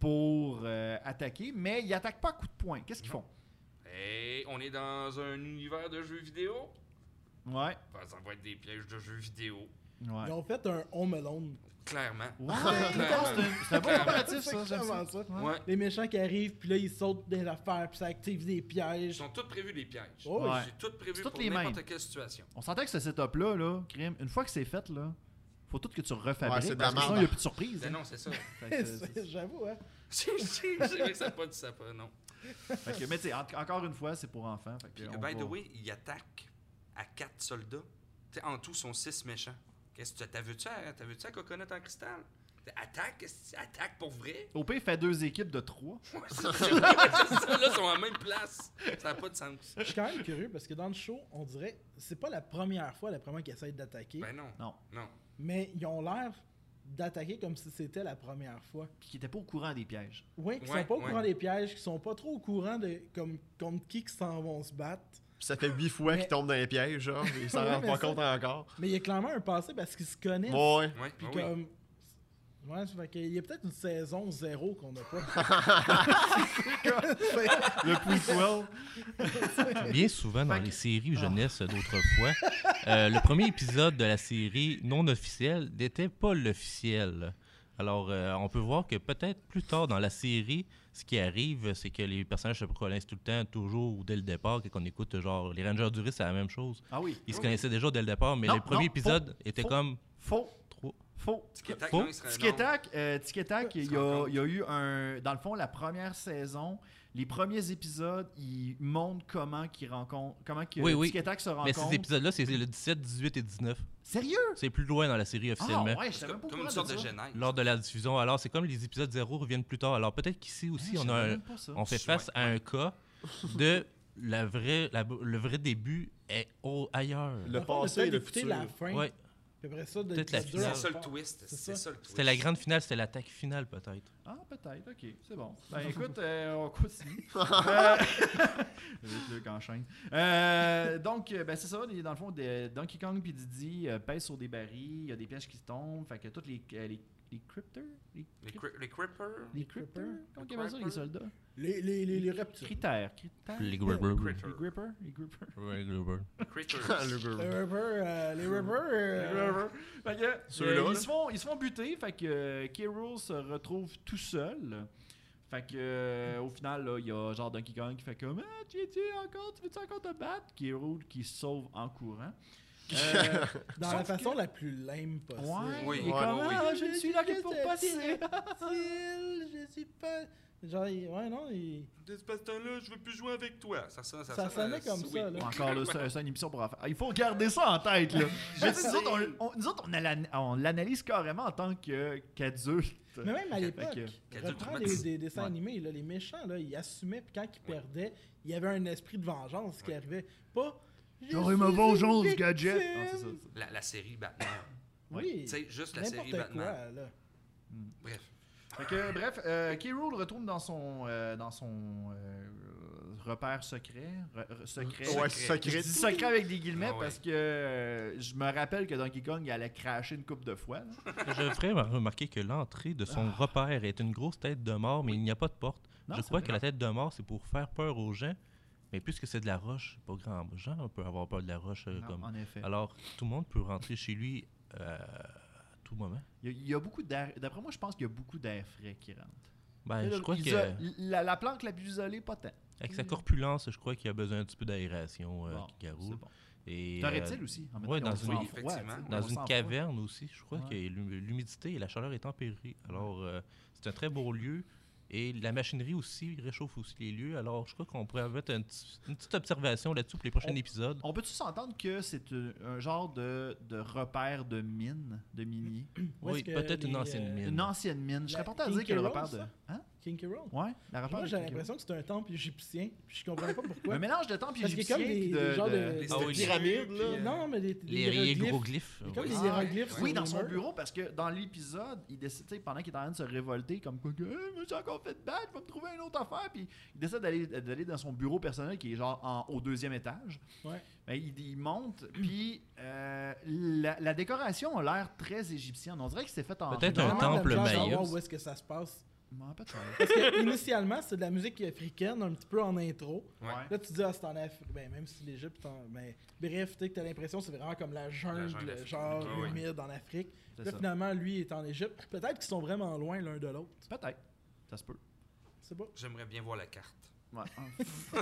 pour euh, attaquer, mais ils attaquent pas à coups de poing. Qu'est-ce qu'ils font
Et on est dans un univers de jeux vidéo?
Ouais.
Ben, ça va être des pièges de jeux vidéo.
Ouais.
Ils ont fait un Home Alone.
Clairement.
Ouais, c'est un- c'est un bon comparatif, ça.
C'est
j'aime ça.
exactement ça.
Ouais.
Les méchants qui arrivent, puis là, ils sautent des affaires, puis ça active des
Ils
pièges.
sont tous prévus les pièges.
Oh, (laughs)
Ouais.
C'est tout prévu
C'est toutes
pour
les
n'importe
mêmes.
quelle situation.
On s'entend que ce setup-là, là, crime, une fois que c'est fait, là, faut tout que tu
Ouais,
refabriques.
c'est de la
parce que sinon, il
merde.
n'y a plus de surprise.
Ben
hein.
non, c'est ça. (laughs)
Fait que,
(laughs) C'est- J'avoue, hein.
C'est vrai que ça a pas du sapin, non.
fait que- mais tu sais, en- encore une fois, c'est pour enfants. Fait que
Puis, euh,
on
by the
va-
way, il attaque à quatre soldats. T'sais, en tout, sont six méchants. Qu'est-ce que t'as vu-tu à, t'as vu-tu à Coconut en cristal? T'sais, Attaque, qu'est-ce que- attaque pour vrai? (laughs)
Au pire, il fait deux équipes de trois.
Ouais, c'est (laughs) ça, là, sont à la même place. Ça n'a pas de sens.
Je suis quand même curieux parce que dans le show, on dirait, c'est pas la première fois, la première qu'ils essayent d'attaquer,
Ben non.
Non.
Non.
mais ils ont l'air d'attaquer comme si c'était la première fois.
Puis qui n'étaient pas au courant des pièges.
Oui, qui
Ouais,
sont pas au
ouais.
courant des pièges, qui sont pas trop au courant de comme, contre qui qu'ils s'en vont se battre.
Puis ça fait huit fois
Mais-
qu'il tombe dans les pièges, genre. et Il s'en
Ouais,
rend
mais
pas
ça-
compte encore.
Mais il y a clairement un passé parce qu'ils se connaissent.
Ouais.
Ouais,
Puis
ah oui.
comme. Ouais, ça fait qu'il y a peut-être une saison zéro qu'on n'a pas. C'est-
Le prequel.
Bien souvent dans
Fait que- Ah.
les séries jeunesse d'autrefois, euh, le premier épisode de la série non officielle n'était pas l'officiel. Alors, euh, on peut voir que peut-être plus tard dans la série, ce qui arrive, c'est que les personnages se connaissent tout le temps, toujours ou dès le départ, quand on écoute genre les Rangers du Riz, c'est la même chose.
Ah oui.
Ils se connaissaient déjà dès le départ, mais
Non,
le premier
non,
épisode
faux,
était
faux.
comme
Faux.
trop
Faux.
Tic et tac,
Faux.
non, il serait
Tic et
énorme.
tac, euh, Tic et Tac, il y, a- il y a eu un. Dans le fond, la première saison, les premiers épisodes, ils montrent comment qu'ils rencontrent, comment que
Oui, oui.
Tic et Tac se
Mais
rencontrent.
ces épisodes-là, c'est le 17, 18 et 19.
Sérieux?
C'est plus loin dans la série
Ah
officiellement.
ouais, je
C'est
savais même
comme,
pas au
comme une
courant
sorte de
ça.
genèse.
Lors de la diffusion, alors c'est comme les épisodes 0 reviennent plus tard. Alors peut-être qu'ici aussi,
Hey,
on,
je
a
savais
un-
même pas ça.
on fait face à un cas de la vraie, la- le vrai début est au- ailleurs.
(laughs) Le passé et le
d'écouter
futur.
la fin.
Ouais,
Puis après ça, de
Peut-être la
l'épisode
C'est
finale.
deux,
ça
on
le
part.
twist.
C'est
C'est
ça.
ça le twist.
c'était la grande finale, c'était l'attaque finale peut-être.
Ah, peut-être, ok, c'est bon. Ben écoute, euh, on (laughs) continue. Euh, Les trucs enchaînent. Euh, donc, euh, ben, c'est ça, les- dans le fond, des- Donkey Kong puis Didi euh, pèsent sur des barils, il y a des pièges qui se tombent, fait que toutes les. euh, les les crypters? Les,
Les,
crypt-
cri- les Crippers.
les crypters? Comment
Les
ils appellent ça, les
crypters?
soldats?
Les, les, les, les reptiles.
Critères. Critères?
Les Grubbers.
Les grippers? Les grippers?
Ouais, Grubbers.
Ah,
Critters.
Le
Les
girl.
rappers, euh, les rappers, euh,
Fait que,
Ceux-là,
euh, ils,
là.
se font, ils se font buter, fait que euh, K-Rool se retrouve tout seul. Fait que euh, au final, là, il y a genre Donkey Kong qui fait comme Ah, tu tu encore, tu veux-tu encore te battre? K-Rool qui se sauve en courant. Euh,
dans
Sauf
la façon
que-
la plus lame possible.
ouais,
Oui,
il est
ouais,
comme
ouais,
Ah,
oui.
je ne suis là que pour
J'étais (laughs)
passer.
Reptile, je suis pas. Genre, il- ouais, non, il.
De ce patin-là, je veux plus jouer avec toi. Ça, sonne- ça,
Ça
sonne,
sonnait
euh,
comme ça, là.
Encore là, c'est- c'est une émission pour affaires. Ah, Il faut garder ça en tête là. Mais nous autres, on, on- nous autres, on a l'an- on l'analyse carrément en tant que- qu'adulte.
Mais même à
Fait
l'époque,
que-
Quel
reprends les,
traumatisme.
des dessins
Ouais.
animés, là, les méchants, là, ils assumaient, puis quand ils perdaient, il y avait un esprit de vengeance qui arrivait. Pas. je
J'aurai ma
suis une
vengeance,
victime.
gadget. Ah, c'est ça, c'est ça.
La, la série Batman.
Oui.
tu sais, juste la série
N'importe quoi,
Batman.
là.
Bref.
Fait que, bref, euh, K-Rool retourne dans son, euh, dans son euh, repère secret. re- re- secret.
Ouais,
Je
secret.
dis secret avec des guillemets
Ah ouais.
parce que euh, je me rappelle que Donkey Kong il allait cracher une coupe de fois. là.
Je ferais remarquer que l'entrée de son repère est une grosse tête de mort, mais il n'y a pas de porte.
Ah. Non,
je
c'est
crois
vrai.
que la tête de mort, c'est pour faire peur aux gens, mais puisque c'est de la roche, pas grand gens peut avoir peur de la roche. euh,
Non,
comme...
en effet.
Alors, tout le monde peut rentrer chez lui euh, à tout moment.
Il y, a, il y a beaucoup d'air. D'après moi, je pense qu'il y a beaucoup d'air frais qui rentre.
Ben, je crois
Iso-
que,
la, la planque la plus isolée, pas tant.
avec sa corpulence, je crois qu'il a besoin un petit peu d'aération, euh,
Hmm. Bon,
Kikarou.
c'est bon.
Et,
C'est un
euh,
reptile aussi. En même
ouais,
temps,
dans
on
une-
s'en fout, ouais,
effectivement.
tu sais, on
dans
s'en
une
fout.
caverne aussi, je crois
Ouais.
que l'hum- l'humidité et la chaleur est tempérée. Alors, euh, c'est un très beau lieu. Et la machinerie aussi réchauffe aussi les lieux. Alors, je crois qu'on pourrait mettre un petit- une petite observation là-dessus pour les prochains
On-
épisodes.
On peut-tu s'entendre que c'est un, un genre de, de repère de mine, de minier
Où est-ce
Oui,
que
peut-être
les,
une ancienne
euh,
mine.
Une ancienne mine. Je serais
La
porté à dire que le
Kinky
repère
Rose,
de.
ça?
Hein
Kinky Roll.
Ouais, la repère
Moi,
de
j'ai
Kinky Rose.
l'impression que c'est un temple égyptien, puis je comprenais pas
(laughs)
pourquoi.
Un mélange de temples
Parce qu'il y
égyptiens
a
Ah
comme
et
des,
de,
des genres de.
de-
C'était
oui.
pyramide, là.
Non, non, mais des, des
Les
hiéroglyphes.
hiéroglyphes.
Il y a comme
oui.
des
Ah,
hiéroglyphes. sur
Oui,
les
dans son
murs.
bureau, parce que dans l'épisode, il décide, tu sais, pendant qu'il est en train de se révolter, comme quoi, que, Eh, mais j'ai encore fait de battre, je vais me trouver une autre affaire, puis il décide d'aller, d'aller dans son bureau personnel qui est genre en- au deuxième étage.
Ouais.
Ben, il, il monte, (clears throat) puis euh, la, la décoration a l'air très égyptienne. On dirait que c'est fait en.
Peut-être
J'ai
un
vraiment de la
temple
misère à
maya.
savoir où est-ce que ça se passe.
Ouais, peut-être.
Parce que (laughs) initialement, c'est de la musique africaine, un petit peu en intro.
Ouais.
Ouais.
Là, tu dis, ah, c'est en Afrique. Ben, même si l'Égypte, en- ben, bref, tu sais, que t'as l'impression que c'est vraiment comme la jungle,
La jungle africaine.
genre
Ah oui.
humide en Afrique.
C'est
Là,
ça.
finalement, lui est en Égypte. Peut-être qu'ils sont vraiment loin l'un de l'autre.
Peut-être. Ça se peut.
C'est beau.
J'aimerais bien voir la carte.
Ouais. (laughs)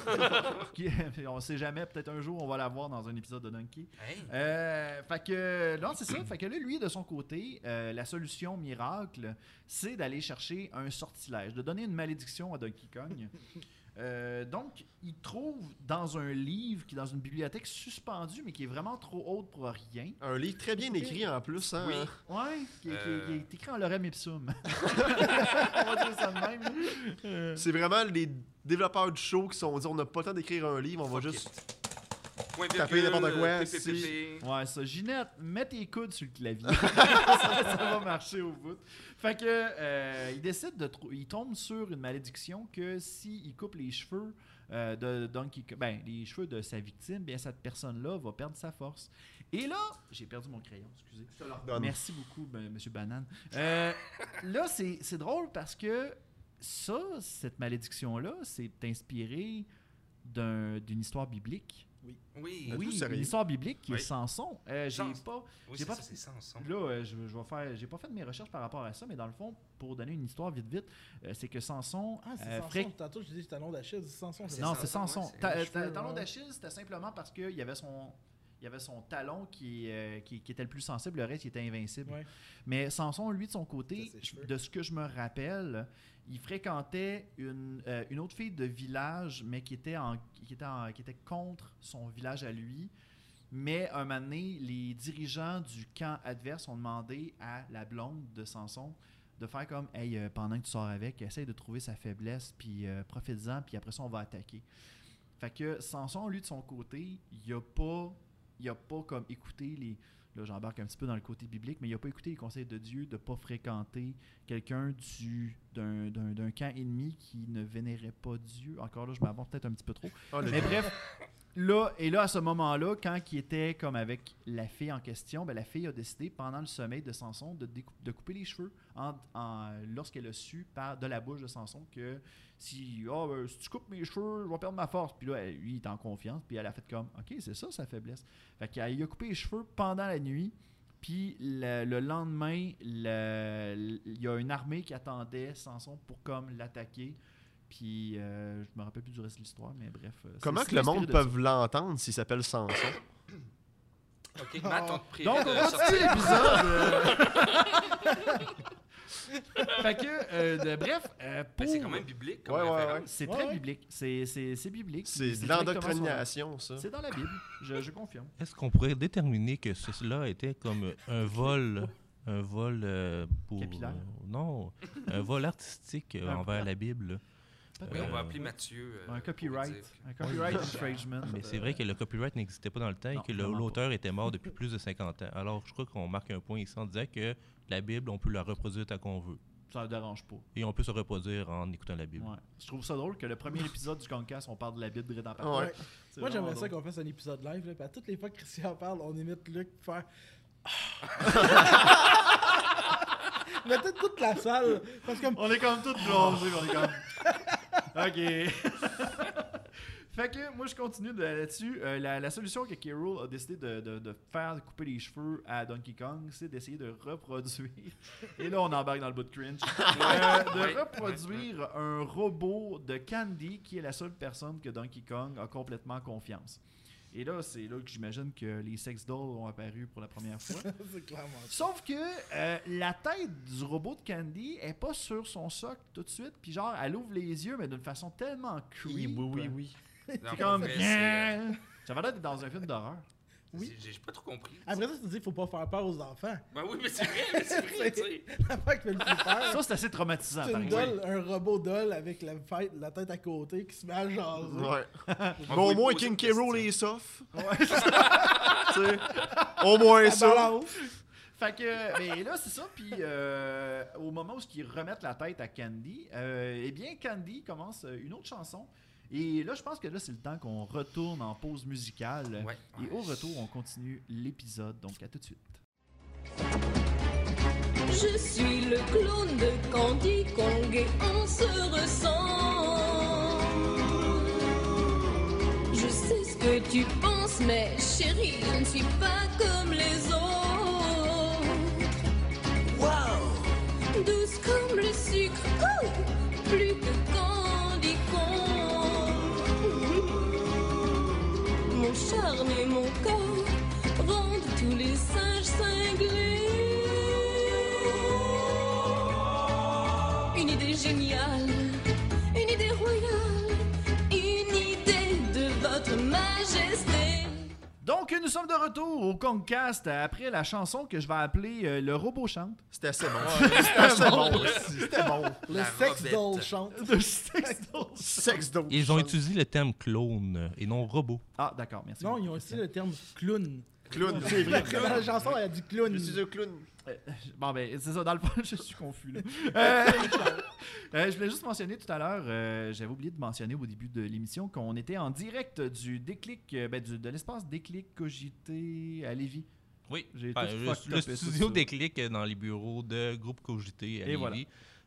Qui- on sait jamais, peut-être un jour on va la voir dans un épisode de Donkey.
Hey,
Euh, fait que, non, c'est ça. Fait que là, lui, de son côté, euh, la solution miracle, c'est d'aller chercher un sortilège, de donner une malédiction à Donkey Kong. Euh, donc, il trouve dans un livre qui est dans une bibliothèque suspendue, mais qui est vraiment trop haute pour rien.
Un livre très bien écrit en plus. Hein?
Oui.
Ouais, qui, qui-
Euh.
qui est écrit en lorem
(laughs)
ipsum. On va dire ça de même.
C'est vraiment les développeurs du show qui se sont dit on n'a pas le temps d'écrire un livre, on va
Fuck
juste.
Point
Taper
virgule,
n'importe quoi,
euh,
si-
PPP.
Ouais, ça. Ginette, mets tes coudes sur le clavier. ça, ça va marcher au bout. Fait que, euh, il décide de. trou- Il tombe sur une malédiction que s'il coupe les cheveux euh, de Donkey Kong- ben, les cheveux de sa victime, bien, cette personne-là va perdre sa force. Et là, j'ai perdu mon crayon, excusez.
Donne.
Merci beaucoup, ben, Monsieur Banane. Euh, là, c'est c'est drôle parce que ça, cette malédiction-là, c'est inspiré d'un- d'une histoire biblique.
Oui.
Êtes-vous
Oui,
sérieux?
une histoire biblique qui
Oui.
est Samson. Euh, j'ai
Samson.
pas,
Oui,
j'ai
c'est
pas-
ça, c'est sans son.
Là, euh, je, je vais faire. J'ai pas fait de mes recherches par rapport à ça, mais dans le fond, pour donner une histoire vite vite, euh, c'est que Samson.
Ah, c'est
euh,
Samson.
fréqu-
Tantôt, je dis, c'est un nom d'Achille, c'est Samson.
C'est
c'est
Non,
ça.
c'est
Samson,
Samson.
ouais, c'est
Ta-
les
ta-
cheveux,
Talon
ouais.
d'Achille, c'était simplement parce qu'il y avait son. il y avait son talon qui, euh, qui, qui était le plus sensible, le reste, il était invincible.
Ouais.
Mais Samson, lui, de son côté,
Ça, ses cheveux.
de ce que je me rappelle, il fréquentait une, euh, une autre fille de village, mais qui était, en, qui, était en- qui était contre son village à lui. Mais un moment donné, les dirigeants du camp adverse ont demandé à la blonde de Samson de faire comme Hey, euh, pendant que tu sors avec, essaye de trouver sa faiblesse, puis euh, profite-en, puis après ça, on va attaquer. Fait que Samson, lui, de son côté, il a pas, il a pas comme écouté les. Là, j'embarque un petit peu dans le côté biblique, mais il a pas écouté les conseils de Dieu de pas fréquenter quelqu'un du d'un, d'un- d'un camp ennemi qui ne vénérait pas Dieu. Encore là, je m'avance peut-être un petit peu trop.
Ah, le-
Mais bref, là, et là, à ce moment-là, quand il était comme avec la fille en question, ben, la fille a décidé, pendant le sommeil de Samson, de, décou- de couper les cheveux en, en- lorsqu'elle a su par, de la bouche de Samson que si, Ah, ben, si tu coupes mes cheveux, je vais perdre ma force. Puis là, elle- lui, il est en confiance. Puis elle a fait comme, OK, c'est ça sa faiblesse. Fait qu'il a coupé les cheveux pendant la nuit. Puis le, le lendemain, le- il y a une armée qui attendait Samson pour comme l'attaquer. Puis euh, je me rappelle plus du reste de l'histoire, mais bref. euh, c'est-
Comment
c'est
que le
inspiré
monde
de
peut l'entendre s'il s'appelle Samson?
Ok, Matt, on te
ça.
prierait
Donc, on
de sortir.
continue l'épisode. euh. (laughs) fait que, euh, de- bref, euh,
Ben,
pour...
c'est quand même biblique comme hein.
Ouais, ouais,
référence.
C'est
Ouais,
très
ouais.
biblique. C'est, c'est, c'est biblique.
C'est de
directement
l'endoctrination, ça.
sur- C'est dans la Bible, je, je confirme.
Est-ce qu'on pourrait déterminer que cela était comme
(laughs)
un vol, un vol euh, pour
Capillaire?
euh, non, un vol artistique euh,
Un
envers la Bible.
Oui, on va
Euh,
appeler Mathieu. euh,
Un
pour
copyright.
dire que-
Un copyright infringement.
Mais c'est vrai que le copyright n'existait pas dans le temps
Non,
et que le-
vraiment pas.
l'auteur était mort depuis plus de 50 ans. Alors, je crois qu'on marque un point ici en disant que la Bible, on peut la reproduire tant qu'on veut.
Ça ne dérange pas.
Et on peut se reproduire en écoutant la Bible.
Ouais. Je trouve ça drôle que le premier épisode du Concast, on parle de la Bible direct en partant.
Ouais.
C'est
Moi,
vraiment
j'aimerais ça
drôle.
qu'on fasse un épisode live. Là, puis à toutes les fois que Christian parle, on imite Luc
(laughs)
pour faire. (laughs) Mettez toute la salle. Parce que. (laughs)
On est comme tous bronzés, on est comme. (laughs) OK. (laughs) fait que moi, je continue de- là-dessus. Euh, la, la solution que K. Rool a décidé de, de- de faire, de couper les cheveux à Donkey Kong, c'est d'essayer de reproduire. Et là, on embarque dans le bout de
(laughs)
cringe. Euh,
Ouais,
de
ouais,
reproduire un robot de Candy qui est la seule personne que Donkey Kong a complètement confiance. Et là, c'est là que j'imagine que les sex dolls ont apparu pour la première fois.
c'est clairement.
Sauf que euh, la tête du robot de Candy est pas sur son socle tout de suite, puis genre elle ouvre les yeux mais d'une façon tellement creep.
oui.
Non,
C'est
pour
comme
vrai, c'est, euh,
j'avais l'air d'être dans un film d'horreur.
Oui. Ah,
c'est- J'ai j'ai pas trop compris.
Après ça, tu te dis qu'il faut pas faire peur aux enfants. (laughs)
Ben oui, mais c'est vrai, mais c'est vrai, tu sais.
La fois qui fait le plus peur.
Ça c'est assez traumatisant.
C'est
par
une
exemple.
doll, un robot doll avec la, fête- la tête à côté qui se met à jaser.
Ouais.
On
Mais au
va
moins,
lui poser
King
une
K. Rool
question.
est soft. (laughs) Tu sais, au moins
La
ça.
balance.
Fait que, mais là, c'est ça. Puis euh, au moment où ils remettent la tête à Candy, euh, eh bien, Candy commence euh, une autre chanson. Et là, je pense que là, c'est le temps qu'on retourne en pause musicale.
Ouais,
Et au retour, on continue l'épisode. Donc, à tout de suite.
Je suis le clone de Candy Kong et on se ressemble. Je sais ce que tu penses, mais chérie, je ne suis pas comme les autres. Wow! Douce comme le sucre, oh! plus que Candy Kong. Mon charme et mon corps rendent tous les singes cinglés. Une idée géniale, une idée royale, une idée de votre majesté.
Donc, nous sommes de retour au Concast après la chanson que je vais appeler euh, Le robot
(laughs)
chante.
C'était assez bon. C'était assez bon. aussi. C'était bon.
Le
La
sex
robette.
doll chante.
De Sex Dolls.
Sex dope.
Ils ont utilisé le terme clone et non robot.
Ah, d'accord, merci.
Non,
beaucoup.
ils ont aussi le terme clown.
Clown.
C'est vrai. Dans la chanson, elle a dit clown.
Je suis un clown.
Bon, ben, c'est ça, dans le fond, (laughs) je suis confus. là. Euh, (laughs) euh, je voulais juste mentionner tout à l'heure, euh, j'avais oublié de mentionner au début de l'émission qu'on était en direct du déclic, euh, ben, du- de l'espace déclic cogité à Lévis.
Oui,
J'ai
Enfin,
tout
le,
fucked
le
up et tout
studio
ça.
déclic dans les bureaux de Groupe Cogité à
Et
Lévis.
voilà.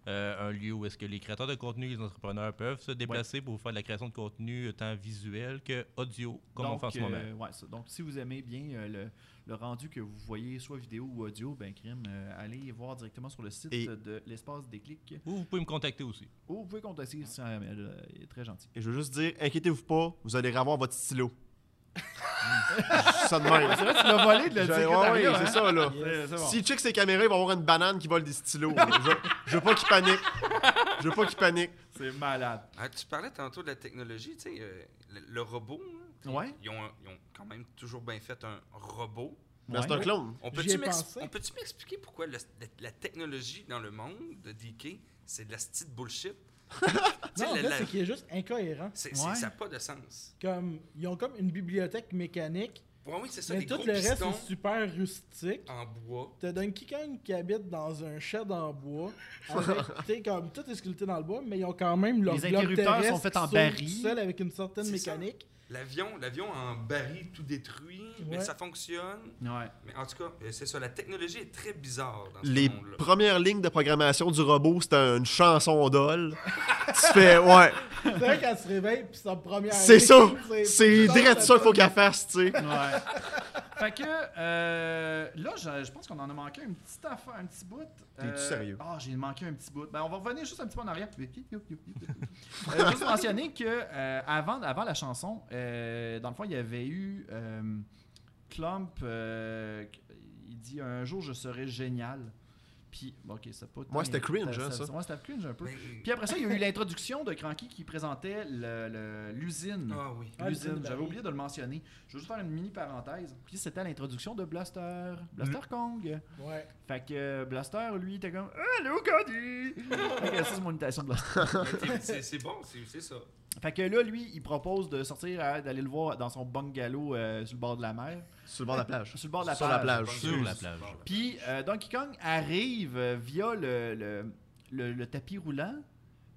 Euh, un lieu où est-ce que les créateurs de contenu et les entrepreneurs peuvent se déplacer pour faire de la création de contenu euh, tant visuel que audio, comme on
donc,
fait en ce moment.
euh, ouais, ça. donc, si vous aimez bien euh, le, le rendu que vous voyez, soit vidéo ou audio, ben, crime, euh, allez voir directement sur le site
Et-
de l'espace déclic.
Ou vous pouvez me contacter aussi.
Ou vous pouvez contacter Christian Hamel, euh, il est très gentil.
Et je veux juste dire, inquiétez-vous pas, vous allez revoir votre stylo. ça de même.
C'est vrai, tu l'as volé de le
J'ai-
dire.
ouais,
quand
ouais,
t'arrives,
c'est
hein?
ça, là.
C'est- c'est bon.
S'il check ses caméras, il va avoir une banane qui vole des stylos. je, je veux pas qu'il panique. Je veux pas qu'il panique.
C'est malade.
Ah, tu parlais tantôt de la technologie, tu sais, euh, le, le robot. là, tu sais,
Ouais.
Ils ont, ils ont quand même toujours bien fait un robot.
Mais c'est
Ouais.
un clone.
On
J'y
peut-tu
ai
m'ex-
pensé.
on peut-tu m'expliquer pourquoi le- la, la technologie dans le monde de DK, c'est de la petite
(laughs)
bullshit? Tu sais,
Non, en
la-
fait,
la-
c'est qu'il est juste incohérent.
c'est- c'est-
Ouais.
Ça n'a pas de sens.
Comme, ils ont comme une bibliothèque mécanique,
Ouais, oui, c'est ça,
mais
les
tout
gros
le reste
pistons
est super rustique.
en bois.
T'as Donkey Kong qui habite dans un shed en bois. Avec, t'sais, comme, tout est sculpté dans le bois, mais ils ont quand même leurs
Les
blocs
interrupteurs
terrestres
sont faits en
qui sautent
baril.
tout seuls avec une certaine
C'est ça.
mécanique.
L'avion, l'avion en baril tout détruit, mais
Ouais.
ça fonctionne.
Ouais.
Mais en tout cas, euh, c'est ça, la technologie est très bizarre dans ce
Les
monde-là.
premières lignes de programmation du robot, c'est une chanson d'ol. tu fais, ouais,
C'est vrai qu'elle se réveille, puis sa première.
c'est ça. (laughs) C'est
putain,
direct ça qu'il faut qu'elle fasse, tu sais.
Ouais. fait que euh, là, je, je pense qu'on en a manqué un petit affaire, un petit bout.
T'es-tu sérieux?
Ah, j'ai manqué un petit bout. Ben, on va revenir juste un petit peu en arrière. Euh, juste mentionner que euh, avant, avant la chanson, euh, dans le fond, il y avait eu euh, Clump. euh, il dit un jour je serai génial. Puis, bon, ok, c'est pas.
Ouais, c'était cringe, hein, ça.
Ouais, c'était cringe un peu.
Mais-
Puis après ça, il y a eu l'introduction de Cranky qui présentait le- le- l'usine.
Ah
(laughs)
oui.
Ah, l'usine
L'usine,
Barry.
j'avais oublié de le mentionner. Je veux juste faire une Mm. mini parenthèse. Puis c'était l'introduction de Blaster. Blaster Kong.
Ouais.
Fait que euh, Blaster, lui, était comme Allô, (laughs) Cody Fait que ça, c'est mon imitation de Blaster.
Mais c'est- C'est bon, c'est c'est ça.
Fait que là, lui, il propose de sortir, euh, d'aller le voir dans son bungalow euh, sur le bord de la mer.
Sur le bord de la plage.
Sur le bord de la
Sur
plage.
la plage.
Sur la plage.
Puis euh, Donkey Kong arrive euh, via le, le, le- le tapis roulant.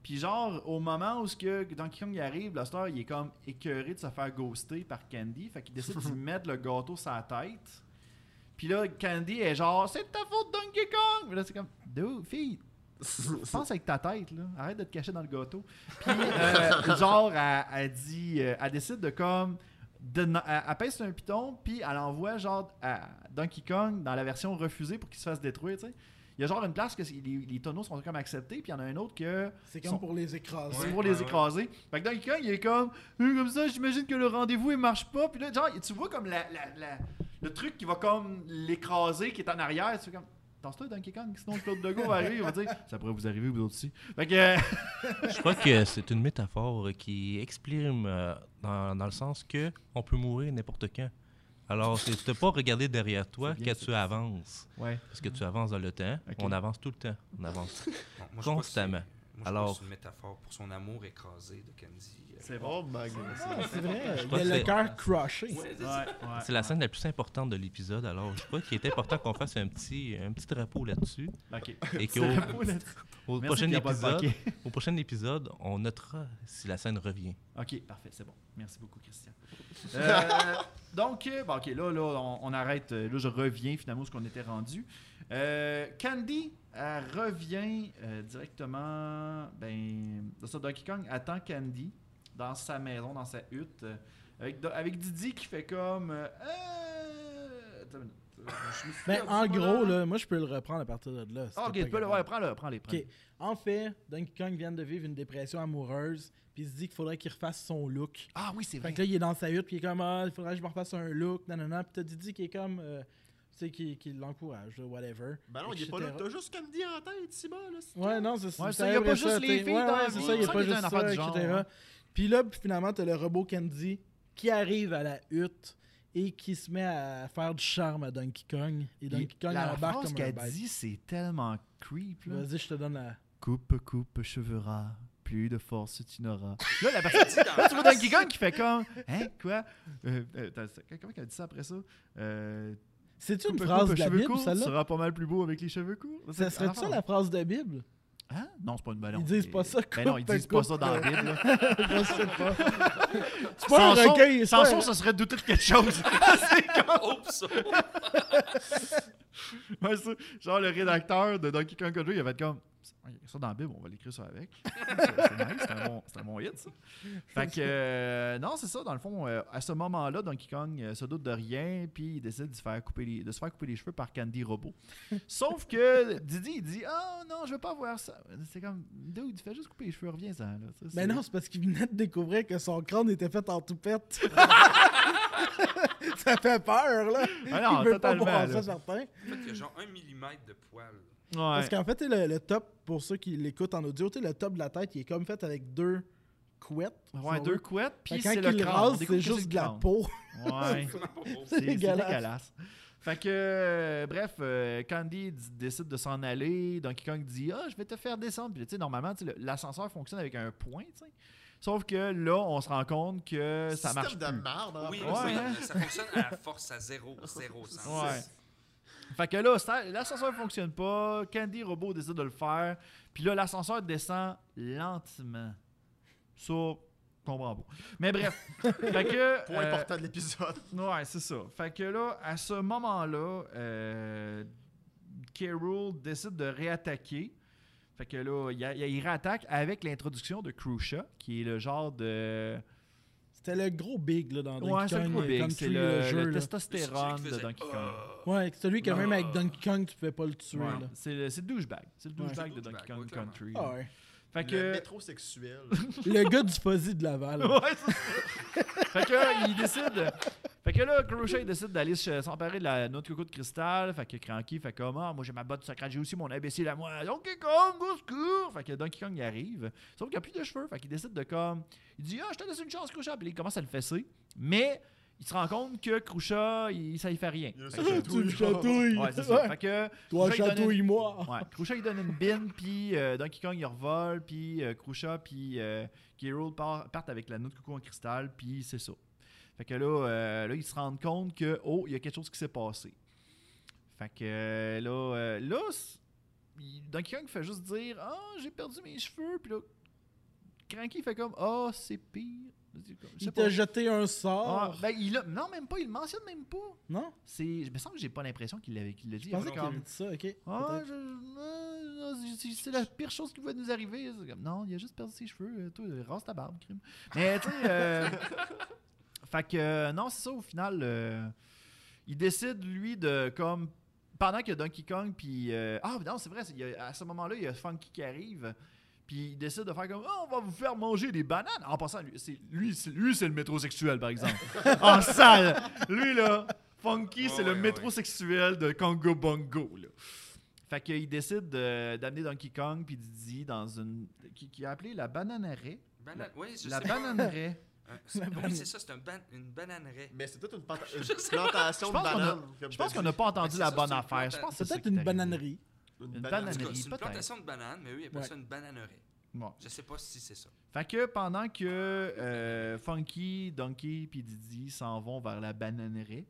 Puis genre, au moment où ce que Donkey Kong y arrive, Blaster, il est comme écœuré de se faire ghoster par Candy. Fait qu'il décide d'y mettre le gâteau sur la tête. Puis là, Candy est genre « C'est de ta faute, Donkey Kong! » Mais là, c'est comme « Dude, fille, pense avec ta tête, là. Arrête de te cacher dans le gâteau. Puis, euh, genre, elle, elle dit, euh, elle décide de comme. De, na- elle, elle pèse sur un piton, puis elle envoie genre à Donkey Kong dans la version refusée pour qu'il se fasse détruire, tu sais. Il y a genre une place que c'est- les, les tonneaux sont comme acceptés, puis il y en a un autre que
C'est comme
Son-
pour les écraser.
c'est
Ouais,
pour
ouais,
les
ouais.
écraser. Fait que Donkey Kong, il est comme, Hum, comme ça, j'imagine que le rendez-vous, il marche pas. Puis là, genre, tu vois comme la, la- la- le truc qui va comme l'écraser, qui est en arrière. Tu fais comme, Tance-toi, Donkey Kong, sinon Claude Legault va arriver. Il va
(laughs)
dire, ça pourrait vous arriver, vous autres aussi. Fait que, euh,
Je crois que c'est une métaphore qui exprime euh, dans, dans le sens que on peut mourir n'importe quand. Alors, c'est de pas regarder derrière toi
C'est bien,
quand tu avances.
ouais.
Parce que tu avances dans le temps.
Ok.
On avance tout le temps. On avance
Bon, moi, je crois que c'est-
constamment.
Moi, je
Alors-
pense que c'est une métaphore pour son amour écrasé de Candy.
(laughs)
(laughs)
Euh,
C'est bon.
Oh my god.
Ah, c'est vrai. Il
crois
a
que
le
c'est-
cœur crushé.
ouais,
Ouais, ouais.
C'est la scène la plus importante de l'épisode. Alors, je crois qu'il est important qu'on fasse un petit, un petit drapeau là-dessus.
Ok.
Et
(laughs) C'est
qu'au
la peau, là.
au
Merci,
prochain,
Pierre-Paul
épisode,
Paquet.
au prochain épisode, on notera si la scène revient.
Ok, parfait, c'est bon. Merci beaucoup, Christian. Euh, donc, euh, bon, ok, là, là on, on arrête. euh, Là, je reviens finalement où ce qu'on était rendu. Euh, Candy, elle revient euh, directement. Ben, dans ça, Donkey Kong attend Candy dans sa maison, dans sa hutte, euh, avec, Do- avec Didi qui fait comme. euh, Euh, attends une minute, euh, je me suis
Ben,
perdu,
en
moi,
gros,
là.
là, moi, je peux le reprendre à partir de là. si
Ah, ok,
t'es
tu peux le.
capable.
Ouais, prends-le, prends-le. prends-le.
Ok. En fait, Donkey Kong vient de vivre une dépression amoureuse, puis il se dit qu'il faudrait qu'il refasse son look.
Ah, oui, c'est
Fait
vrai.
que là, il est dans sa hutte, puis il est comme, ah, il faudrait que je me refasse un look, nanana. Puis t'as Didi qui est comme, euh, tu sais, qui, qui l'encourage, whatever.
Ben non, il est pas là.
etc.
T'as juste Candy en tête, Simon. là, c'est
Ouais, non, c'est
Ouais,
c'est
ça, y a
vrai,
pas juste les
t'sais.
filles dans la
c'est
vie.
ça, y a
Ça,
pas
il y a
juste
un
ça,
affaire du
etc.
genre, ouais.
Puis là, puis finalement, t'as le robot Candy qui arrive à la hutte et qui se met à faire du charme à Donkey Kong. Et Donkey Kong
la
embarque
phrase
comme un
qu'elle
bête.
dit, c'est tellement creep. Là.
Vas-y, je te donne la...
Coupe, coupe, cheveux ras, plus de force tu n'auras. (laughs) Là, la personne
c'est dans-
Là, tu vois Donkey Kong qui fait comme Hein, quoi Euh, euh, attends, c'est- Comment elle dit ça après ça euh,
C'est-tu une
coupe,
phrase
coupe,
de la
cheveux
Bible,
courts, Tu
celle-là?
seras pas mal plus beau avec les cheveux courts.
Ça
C'est-
serait
ah,
ça la phrase de la Bible?
Hein Non, c'est pas une bonne
Ils disent pas ça,
Ben non, ils
coupe,
disent pas
coupe,
ça dans la
euh,
Bible. là.
(laughs) Je sais
(laughs)
pas. C'est pas un
Samson,
recueil, c'est pas
Samson,
un-
ça serait douter de quelque chose.
Oups!
Ouais, ça, genre, le rédacteur de Donkey Kong Country, il avait comme Ouais, il y a ça dans la Bible, on va l'écrire ça
(laughs)
avec. c'est c'est nice, c'est un, bon, c'est un bon hit, ça. Fait que, euh, non, c'est ça, dans le fond, euh, à ce moment-là, Donkey Kong euh, se doute de rien, puis il décide de se faire couper les, de se faire couper les cheveux par Candy Robot. Sauf que Didi, il dit Oh non, je veux pas voir ça. C'est comme Dude, fais juste couper les cheveux, reviens-en. là. Ça, c'est- (laughs)
Ben non, c'est parce qu'il venait de découvrir que son crâne était fait en toupette. ça fait peur, là.
Ah non,
Il veut pas
totalement,
boire
là.
ça, certain.
fait, il y a genre un millimètre de poil.
Parce qu'en fait, tu sais, le, le top, pour ceux qui l'écoutent en audio, tu sais, le top de la tête, il est comme fait avec deux couettes.
Ouais,
si on
deux
veut.
couettes,
Fait
puis
que
c'est
quand
le
il le
crâne. On
rase,
découvre
c'est
que
juste
le
de la
crâne.
peau. (laughs)
Ouais.
Puis
C'est c'est
dégueulasse.
dégueulasse. Fait que, euh, bref, euh, Candy d- décide de s'en aller. Donkey Kong dit Ah, je vais te faire descendre. Puis, tu sais, normalement, tu sais, le- l'ascenseur fonctionne avec un point, tu sais. Sauf que là, on se rend compte que Euh, ça
Système
marche.
de
plus.
marde. hein,
Oui,
après.
Ouais,
oui,
hein? Ah,
ça fonctionne à la force à zéro, zéro sens.
Ouais. Fait que là, ça- l'ascenseur fonctionne pas. Candy Robot décide de le faire. Puis là, l'ascenseur descend lentement. Ça, je comprends pas. Mais
(laughs)
bref. fait que.
Point
euh,
important de l'épisode.
Ouais, c'est ça. Fait que là, à ce moment-là, euh, Carol décide de réattaquer. Fait que là, il, a- il a- il réattaque avec l'introduction de Krusha, qui est le genre de.
C'était le gros big, là, dans Donkey
ouais,
Kong.
c'est le gros
euh,
big.
Country,
C'est le, le
là.
testostérone
Celui qui
de
faisait,
Donkey Kong.
Ah.
Ouais, c'est celui que
Non.
même avec Donkey Kong, tu pouvais pas le tuer.
Ah. Ouais,
Là.
C'est le, c'est le douchebag. C'est le
Ouais.
douchebag
C'est
de
le
Donkey
douchebag,
Kong
ouais, clairement.
Country.
Ah ouais.
Fait
Le
que.
métrosexuel.
Le gars du fuzzy
(laughs)
de Laval.
Ouais, c'est ça. fait que il décide. Fait que là, Crochet il décide d'aller se- s'emparer de la noix de coco de cristal. Fait que Cranky fait comme Ah, moi j'ai ma botte secrète, j'ai aussi mon imbécile à moi. Donkey Kong, au secours! Fait que Donkey Kong il arrive. Sauf qu'il a plus de cheveux. Fait qu'il décide de comme. Il dit Ah, je te laisse une chance, Crochet. Puis là, il commence à le fesser. Mais il se rend compte que Crochet, il, ça y fait rien.
Il y a un
Fait
seul
que-
jeu.
tu me chatouilles.
Ouais, c'est
Ouais.
ça. Fait que.
Toi,
Crochet, il donne une-
chatouille-moi.
(laughs) Ouais, Krusha, il donne une bine, puis euh, Donkey Kong, il revole, puis euh, Krusha, puis euh, K-Rool part- partent avec la noix de coco en cristal, puis c'est ça. Fait que là, euh, là, ils se rendent compte que, oh, il y a quelque chose qui s'est passé. Fait que euh, là, euh, là c- il- Donkey Kong fait juste dire, ah, j'ai perdu mes cheveux, puis là, Cranky fait comme, ah, c'est pire. Je sais
Il
pas.
t'a jeté un
Ah,
sort.
ben, il l'a- non, même pas, il le mentionne même pas.
Non?
C'est, je me semble que j'ai pas l'impression qu'il l'avait, qu'il le dit.
Je pensais
Il fait
qu'il
comme-
avait dit ça, ok.
ah,
Peut-être.
je- non, non, c'est- c'est la pire chose qui va nous arriver. C'est comme, non, il a juste perdu ses cheveux. euh, Toi, euh, rase ta barbe, crime. Mais tu sais, euh, fait que euh, non, c'est ça. Au final, euh, il décide lui de comme pendant que Donkey Kong puis euh, ah non, c'est vrai. c'est- il y a- à ce moment-là, il y a Funky qui arrive. Puis il décide de faire comme Ah, on va vous faire manger des bananes. En passant, lui, c'est lui, c'est- lui, c'est le métrosexuel par
(laughs)
exemple. en salle, lui là, Funky,
Ouais,
c'est le
ouais, ouais.
métrosexuel de Congo Bongo là. Fait qu'il décide de- d'amener Donkey Kong puis Didi dans une. qui, qui est appelée la bananeraie.
Banane- oui, je
La
sais pas. (laughs)
bananeraie. (laughs)
Un- c'est- Oui, c'est ça, c'est un ban- une bananeraie.
Mais c'est toute une, planta- une plantation
Je pense
de
qu'on a-
bananes. comme
Je pense
t'as
qu'on
dit.
n'a pas entendu
c'est
la
ça,
bonne
c'est une
affaire. Je
planta-
pense que
C'est
c'est ça
peut-être
qui est
une
arrivé.
bananerie.
Une
Une
banane.
En tout cas,
banane.
c'est une
peut-être.
plantation de bananes, mais oui, ils appellent
Ouais.
ça une bananeraie.
Bon.
Je sais pas si c'est ça.
Fait que pendant que euh, Funky, Donkey puis Didi s'en vont vers la bananerie,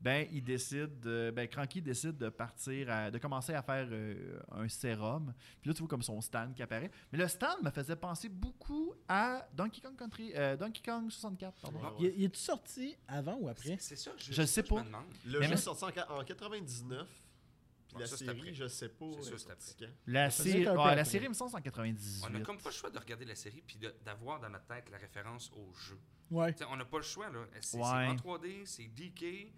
ben il décide, de- ben Cranky décide de partir, à- de commencer à faire euh, un sérum. Puis là tu vois comme son stand qui apparaît. Mais le stand me faisait penser beaucoup à Donkey Kong Country, euh, Donkey Kong 64. pardon.
Ouais.
Il, il est-tu sorti avant ou après?
C'est c'est ça, je,
Je sais pas.
me demande.
Le
Mais
jeu
mais-
est sorti en, qua- en 99. Puis
Bon,
la
ça, c'est après.
série, je sais pas.
C'est sûr,
elle est
c'est
sortie quand.
La
faisait
série,
un peu
ouais, la
après.
série il me semble c'est en 98.
On n'a comme pas le choix de regarder la série puis de- d'avoir dans notre tête la référence au jeu.
Ouais.
T'sais, on n'a pas le choix, là. C'est c'est
Ouais.
en 3D, c'est DK.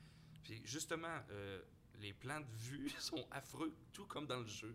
Puis justement, euh, les plans de vue (laughs) sont affreux, tout comme dans le jeu.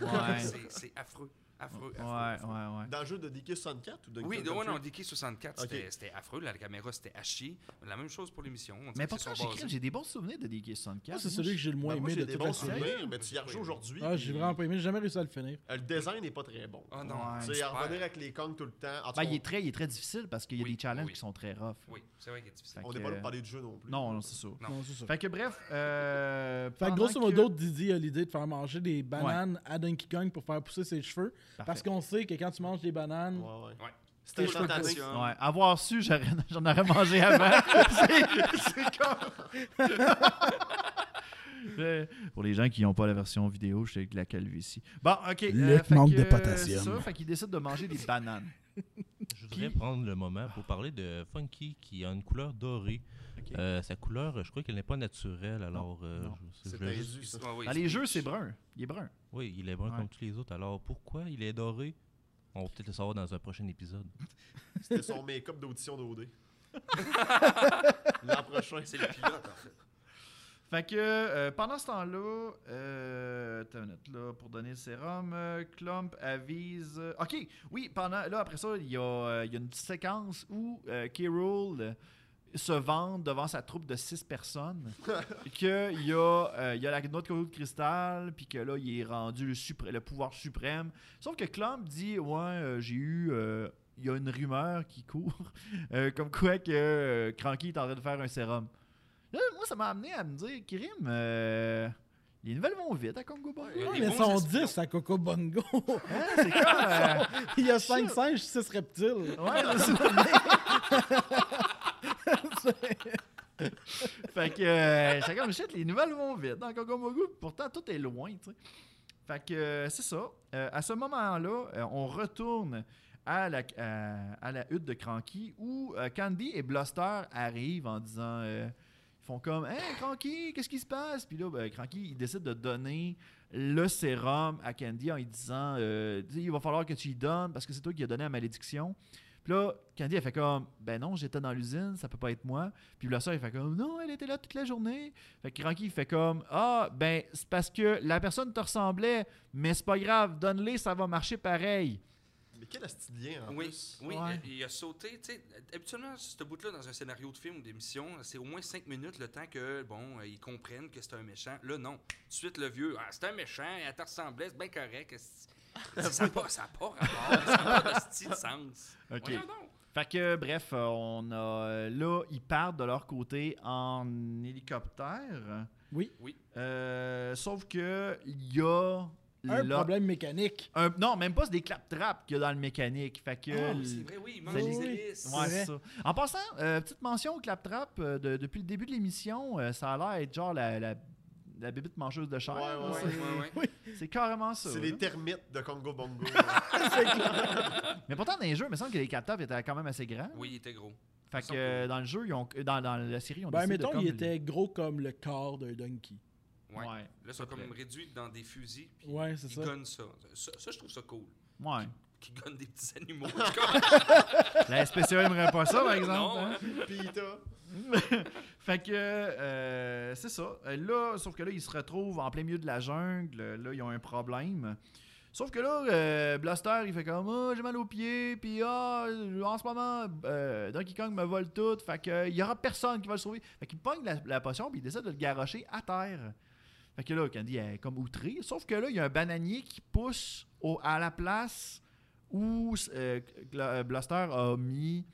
Ouais.
(laughs) C'est- C'est affreux, affreux,
Ouais,
affreux. affreux.
ouais, ouais.
Dans le jeu de DK64 ou de
Oui,
Donkey
de
Kong
ouais, non,
Country?
DK64,
Ok.
c'était- c'était affreux. La caméra, c'était à chier. La même chose pour l'émission. On dirait
Mais
qu'ils
pourtant,
se
j'ai
sont basés.
écrit, j'ai des bons souvenirs de DK64.
Moi, c'est celui que j'ai le moins
Bah, Moi,
aimé de
j'ai des
toute la
bons
série.
souvenirs, mais tu y rejoues aujourd'hui.
Ah, j'ai
puis-
vraiment pas aimé, j'ai jamais réussi à le finir.
Euh, Le design n'est pas très bon.
Ah non,
Ouais.
Tu
super.
sais, à revenir avec les Kong tout le temps. En tout
Ben,
cas,
il, est très, il est très difficile parce qu'il y a
Oui,
des challenges
oui.
qui sont très rough.
Oui, c'est vrai qu'il est difficile.
Fait
on n'est
que-
pas là pour parler de jeu non plus.
Non, non, c'est ça.
Non.
Non, c'est ça.
Fait que bref, euh,
Fait que
pendant que-
grosso modo, Didi a l'idée de faire manger des bananes à Donkey Kong pour faire pousser ses cheveux.
Parfait.
Parce qu'on sait que quand tu manges des bananes,
Ouais, ouais.
Ouais.
C'était
Faut le
instantané.
faire.
Ouais, avoir su, j'aurais- (laughs) j'en aurais mangé
(laughs)
avant. C'est- c'est comme- Euh, Pour les gens qui n'ont pas la version vidéo, je suis avec la calvitie. Bon, ok. euh,
Luc
fait
manque
que,
de
euh,
potassium.
Ça, fait qu'il décide de manger des bananes.
Je voudrais prendre le moment pour parler de Funky qui a une couleur dorée.
Ok.
Euh, sa couleur, je crois qu'elle n'est pas naturelle, alors euh,
non.
je- je
C'est
vais
un
juste-
dû, ça.
Ah oui,
Dans les jeux, c'est brun. Il est brun.
Oui, il est brun
Ouais.
comme tous les autres, alors pourquoi il est doré On va peut-être le savoir dans un prochain épisode.
C'était son make-up d'audition
(laughs)
d'OD. L'an prochain.
C'est le pilote, en fait.
Fait que euh, pendant ce temps-là, euh, attends une minute, là, pour donner le sérum, euh, Clump avise. euh, ok, oui, pendant là après ça, il y a, euh, il y a une séquence où euh, K. Rool se vendre devant sa troupe de six personnes, qu'il y, a, euh, il y a la note de cristal, puis que là, il est rendu le, supré- le pouvoir suprême. Sauf que Clump dit Ouais, euh, j'ai eu. euh, il y a une rumeur qui court, (laughs) euh, comme quoi que euh, Cranky est en train de faire un sérum. Là, moi, ça m'a amené à me dire Kirim, euh, les nouvelles vont vite à Congo Bongo.
Ouais,
Ouais,
des
Ah, mais
bons
sont
espions.
10 à Coco Bongo.
Hein,
(laughs)
c'est comme. euh,
Il y a 5 singes, 6 reptiles.
(laughs) Ouais, c'est ça. (laughs) fait que euh, c'est comme shit, les nouvelles vont vite dans Kokomogu, pourtant tout est loin, tu sais. Fait que euh, c'est ça. Euh, à ce moment-là, euh, on retourne à la, à- à la hutte de Cranky où euh, Candy et Bluster arrivent en disant euh, ils font comme Hey Cranky, qu'est-ce qui se passe? Puis là, ben, Cranky, il décide de donner le sérum à Candy en lui disant euh, Tu sais, Il va falloir que tu y donnes parce que c'est toi qui as donné la malédiction. Puis là, Candy, elle fait comme Ben non, j'étais dans l'usine, ça peut pas être moi. Puis la sœur, elle fait comme Non, elle était là toute la journée. Fait que Cranky, il fait comme Ah, ben c'est parce que la personne te ressemblait, mais c'est pas grave, donne-les, ça va marcher pareil.
Mais quel astidien, en
Oui,
plus.
oui
Ouais.
il, il a sauté. tu sais, habituellement, ce bout-là, dans un scénario de film ou d'émission, c'est au moins cinq minutes le temps que, bon, euh, ils comprennent que c'est un méchant. Là, non. Tout de suite, le vieux, ah, c'est un méchant, elle te ressemblait, c'est bien correct. Est-ce- Ça n'a pas, ça a pas rapport, ça n'a pas
(laughs)
de style de sens.
OK.
Voyons donc.
Fait que bref, euh, on a euh, là, ils partent de leur côté en hélicoptère.
Oui.
Oui.
Euh, sauf que il y a
Un
leur-
problème mécanique.
un- non, même pas c'est des clap-traps qu'il y a dans le mécanique. Fait que
Ah,
l-
c'est vrai, oui, il manque
c'est
des
les-
hélices.
Ouais,
C'est
c'est ça. En passant, euh, petite mention au claptrap. euh, de- depuis le début de l'émission, euh, ça a l'air être genre la, la, la bébite mangeuse de chair.
Ouais,
là,
Ouais,
ouais,
c'est-
ouais, ouais.
C'est carrément ça.
C'est
là.
les termites de
(laughs)
Congo Bongo.
Mais pourtant, dans les jeux, il me semble que les claptraps étaient quand même assez grands.
Oui, il était gros.
Fait que euh, dans le jeu, ils ont, dans, dans la série, ils ont
Ben,
décidé de
mettons,
comme
il
les-
était gros comme le corps d'un donkey.
Ouais. Là,
Ouais.
ils sont
peu
comme
près.
réduits dans des fusils, puis
Ouais, c'est
ils
ça.
gonnent ça. ça. ça, je trouve ça cool.
(laughs)
Ouais.
Qu'ils gonnent des petits animaux. (laughs)
La SPCA aimerait pas ça, par exemple.
Non,
hein?
hein.
Pita.
fait que euh, c'est ça. Euh, Là, sauf que là, ils se retrouvent en plein milieu de la jungle. Euh, Là, ils ont un problème. Sauf que là, euh, Blaster, il fait comme Ah, j'ai mal aux pieds, puis ah, en ce moment, euh, Donkey Kong me vole tout, fait que euh, il y aura personne qui va le sauver. Fait qu'il pogne la, la potion, puis il décide de le garrocher à terre. Fait que là, Candy elle est comme outrée. Sauf que là, il y a un bananier qui pousse au- à la place où euh, Gla- Blaster a mis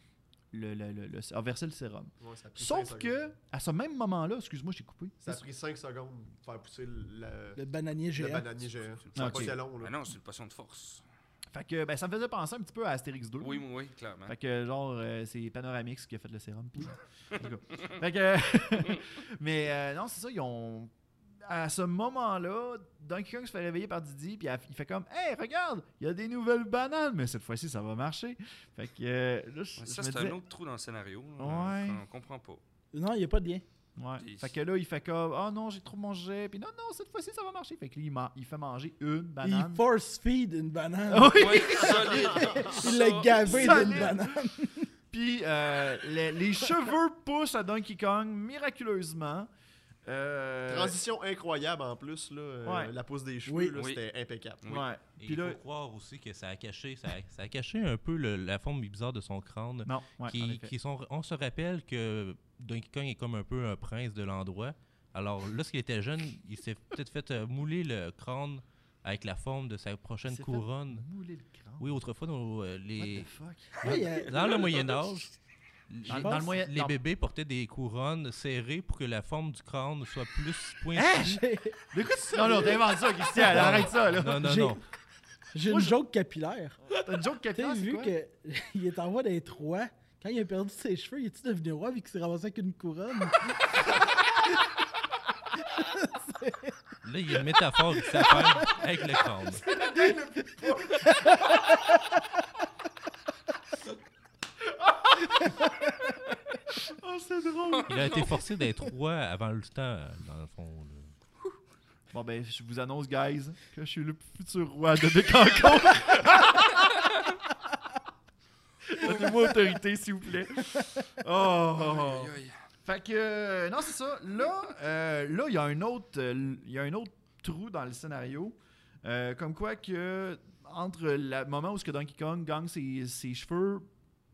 le, le- le- le- a versé le sérum.
Ouais, ça a pris
Sauf
cinq
que, à ce même moment-là, excuse-moi, j'ai coupé.
Ça a pris 5 secondes de faire pousser le,
Le bananier
le
géant.
bananier géant. Ça a
Ok.
pas été long, là.
Ah non, c'est une potion de force.
Fait que, ben, ça me faisait penser un petit peu à Astérix 2.
Oui, hein. oui, oui, clairement.
Fait que, genre, euh, c'est Panoramix qui a fait le sérum.
(laughs)
pis- en tout cas. Fait que, (laughs) mais euh, non, c'est ça, ils ont. À ce moment-là, Donkey Kong se fait réveiller par Didi, puis il fait comme Hey, regarde, il y a des nouvelles bananes, mais cette fois-ci, ça va marcher. Fait que euh, là, je,
Ouais,
je
Ça,
me
c'est un
disais-
autre trou dans le scénario. là,
Ouais.
qu'on- On comprend pas.
Non, il n'y a pas de lien.
Ouais.
Puis-
Fait que là, il fait comme Oh non, j'ai trop mangé, puis non, non, cette fois-ci, ça va marcher. Fait que là, il, man- il fait manger une banane. (laughs) Oh,
Il force feed une banane.
Oui!
Oui, solide.
(laughs) Il l'a gavé
solide.
d'une banane.
Puis euh, les, les cheveux poussent à Donkey Kong miraculeusement. Euh,
Transition incroyable en plus, là. euh,
Ouais.
La pousse des cheveux,
Oui.
là,
Oui.
c'était impeccable.
Oui.
Ouais.
Et
Puis
il
là,
faut croire aussi que ça a caché, ça a, ça a caché un peu le- la forme bizarre de son crâne.
non, ouais, en
qui,
effet.
qui sont, on se rappelle que Donkey Kong est comme un peu un prince de l'endroit. Alors, lorsqu'il était jeune, il s'est peut-être fait euh, mouler le crâne avec la forme de sa prochaine
s'est fait
couronne.
Mouler le crâne.
Oui, autrefois, dans, euh,
What
les...
the fuck?
(laughs)
Ouais, euh,
dans le Moyen-Âge,
Dans-
les-
dans le Moyen-
les
dans-
bébés portaient des couronnes serrées pour que la forme du crâne soit plus pointue.
Hein?
j'ai-
De quoi tu- Non, non, t'inventes ça, Christian. arrête ça, là.
Non, non,
J'ai-
non.
J'ai une joke capillaire.
T'as une joke
Tu
capitaine,
sais,
Ah, c'est
vu
quoi?
(laughs) qu'il est en voie d'être roi, quand il a perdu ses cheveux, il est-tu devenu roi vu qu'il s'est ramassé avec une
(laughs)
couronne?
Là, il y a une métaphore qui s'appelle avec le crâne.
Oh, c'est drôle.
Il a été forcé d'être roi avant le temps, euh, dans le fond. là.
bon, ben, je vous annonce, guys, que je suis le futur roi de (laughs) Décancourt. Donnez-moi autorité, s'il vous plaît. Oh, oh, oh.
Aïe, aïe.
Fait que, euh, non, c'est ça. Là, euh, là, il y a un autre, euh, il y a un autre trou dans le scénario, euh, comme quoi que entre la- le moment où ce que Donkey Kong gagne ses, ses cheveux,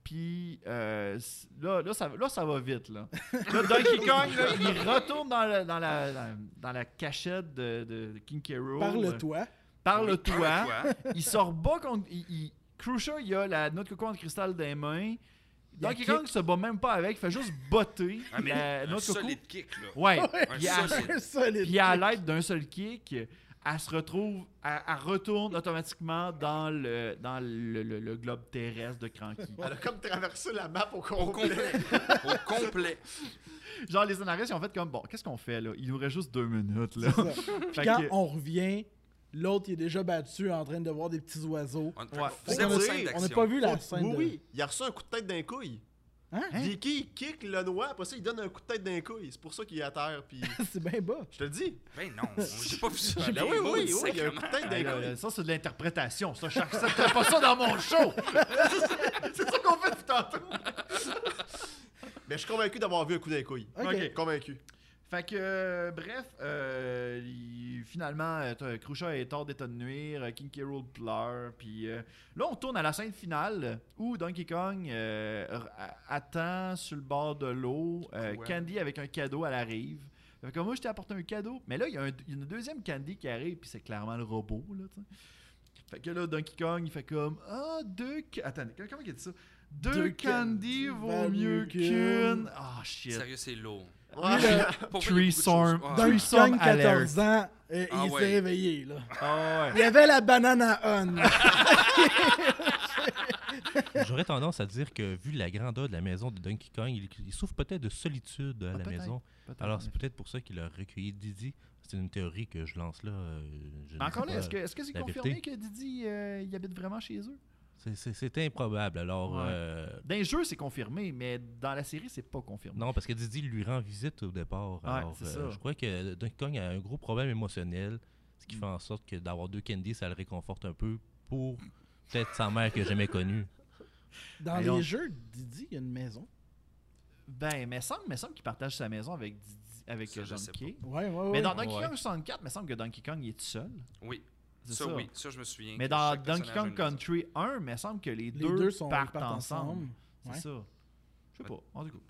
Puis euh, c- là, là, ça, là, ça va vite. Là, Là, Donkey Kong, là, il retourne dans la, dans la, la- dans la cachette de, de de King K. Rool.
(laughs) Parle-toi.
Par le
Oui,
toit.
parle-toi.
Il sort bas contre. Il, il- Crusher, il a la note de coco en cristal dans les mains. Donkey
kick.
Kong se bat même pas avec, il fait juste botter
Ah, mais
la
un
note de coco.
solide kick, là.
Ouais.
Un
Il a-
solide.
solide.
Puis à l'aide d'un seul kick, elle se retrouve, elle, elle retourne automatiquement dans le, dans le, le- le globe terrestre de Cranky.
Elle a comme traversé la map au
Au
complet.
complet. Au complet.
Genre, les scénaristes, ils ont fait comme bon, qu'est-ce qu'on fait là Il nous reste juste deux minutes là.
ça.
(laughs) Fait
Quand
que-
on revient, l'autre il est déjà battu en train de voir des petits oiseaux.
On
Ouais.
Zéro
Faut
scène
dire,
On n'a
d'action.
pas vu la
Oui,
scène. de-
oui. Il a reçu un coup de tête d'un couille.
Hein?
Vicky, il kick le noix, après ça, il donne un coup de tête d'un couille. C'est pour ça qu'il est à terre, puis.
(laughs) C'est bien bas.
Je te le dis.
Ben non, j'ai pas vu ça.
Ben oui, oui, oui, il y a un coup de tête
Hey,
d'un
là,
couille.
là, ça, c'est de l'interprétation. Ça, j'accepte pas ça dans mon show.
C'est ça qu'on fait depuis tantôt. Mais je suis convaincu d'avoir vu un coup d'un couille.
Ok.
Convaincu.
Fait que, euh, bref, euh, il- finalement, euh, t'as- Crusher est hors d'état de nuire, euh, King K. Rool pleure, puis euh, là, on tourne à la scène finale où Donkey Kong euh, r- a- attend sur le bord de l'eau, euh,
Ouais.
Candy avec un cadeau, elle arrive. Fait que moi, je t'ai apporté un cadeau, mais là, il y a un- il y a une deuxième Candy qui arrive, puis c'est clairement le robot, là, tu sais. Fait que là, Donkey Kong, il fait comme « Ah, deux... ca- Attendez, comment il dit ça? « Deux,
Deux
candy
candies
vaut mieux qu'une... » Ah, shit.
Sérieux, c'est lourd. (laughs)
Ouais.
Pour vrai, il y a beaucoup de
Threesome.
choses. Ah,
Dans
ouais.
le
Threesome
Kong,
alert.
14 ans, euh,
Ah
il
ouais.
s'est réveillé.
(laughs)
Là.
Ah ouais.
Il y avait la banane à on.
J'aurais tendance à dire que, vu la grandeur de la maison de Donkey Kong, il, il souffre peut-être de solitude à
Ah,
la
peut-être,
maison.
peut-être,
Alors,
mais-
c'est peut-être pour ça qu'il a recueilli Didi. C'est une théorie que je lance là. euh, je ne
Mais Encore
sais
là, est-ce
pas.
que est-ce que c'est
la
confirmé
vérité.
que Didi euh, il habite vraiment chez eux
C'est- c'est- C'est improbable. Alors,
Ouais.
euh,
Dans les jeux, c'est confirmé, mais dans la série, c'est pas confirmé.
non, parce que Didi lui rend visite au départ.
Ouais,
Alors,
c'est
euh,
ça.
je crois que Donkey Kong a un gros problème émotionnel, ce
Mm.
qui fait en sorte que d'avoir deux Candy, ça le réconforte un peu pour peut-être sa mère que j'ai jamais connue.
Dans
Voyons.
les jeux, Didi, il y a une maison.
Ben, mais semble, mais semble qu'il partage sa maison avec Didi, avec
Ça,
euh,
je sais
Donkey.
Ouais, ouais, ouais.
Mais dans Donkey
Ouais.
Kong 64, me semble que Donkey Kong il est tout seul.
Oui.
C'est
Ça, oui. Ça, je me souviens.
Mais
que
dans
chaque
Donkey
personnage a
Kong
une maison.
Country 1, me semble que les,
les
deux,
deux sont
partent,
ils partent
ensemble. Ben,
ensemble.
C'est
Ouais.
ça. Je sais pas, en tout cas.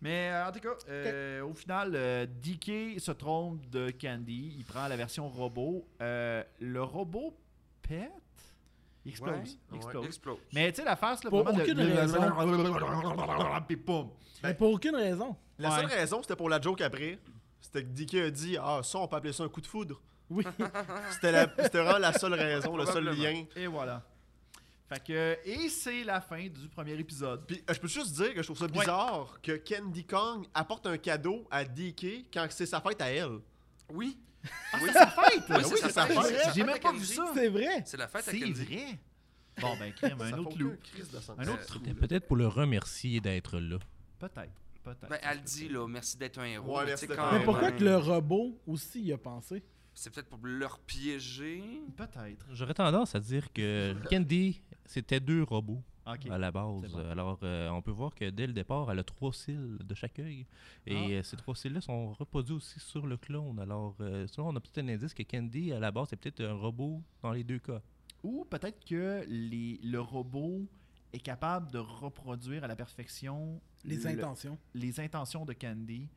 Mais euh, en tout cas, euh, au final, euh, DK se trompe de Candy. Il prend la version robot. Euh, le robot pète. Il explose.
Ouais,
il explose.
Il explose.
Mais tu sais, la face, là,
Pour
vraiment, le-
aucune
le-
raison.
Puis poum.
Mais pour aucune raison.
La seule
Ouais.
raison, c'était pour la joke après. C'était que Dicky a dit Ah, ça, on peut appeler ça un coup de foudre.
Oui.
C'était la- c'était vraiment la seule raison, le seul
Probablement.
lien.
Et voilà. Fait que, et c'est la fin du premier épisode.
Puis euh, je peux juste dire que je trouve ça
Ouais.
bizarre que Candy Kong apporte un cadeau à DK quand c'est sa fête à elle.
Oui.
Ah, Fête!
Ouais,
là,
c'est
oui,
sa
c'est sa
fête.
fête.
C'est sa
J'ai
fête
même
à
pas vu
Kenzie.
ça.
C'est vrai.
C'est la fête à
C'est
Kenzie.
vrai. Bon, ben, crème, un
Ça
autre
fait
loup.
aucun crise de sens.
Un autre trou.
Peut- Peut-être pour le remercier d'être là.
Peut-être. Peut-être.
Ben, elle dit, là, merci d'être un héros.
Ouais,
mais
merci
tu sais,
d'être
Ah,
quand
un
Mais
héros.
pourquoi
même,
que le robot aussi y a pensé
C'est peut-être pour leur piéger.
Peut-être.
J'aurais tendance à dire que Candy, c'était deux robots.
Ok.
à la base.
C'est bon.
Alors, euh, on peut voir que dès le départ, elle a trois cils de chaque œil. Et
Ah.
euh, ces trois cils-là sont reproduits aussi sur le clone. Alors, euh, ça, on a peut-être un indice que Candy, à la base, c'est peut-être un robot dans les deux cas.
Ou peut-être que les, le robot est capable de reproduire à la perfection
Les
le-
intentions.
les intentions de Candy.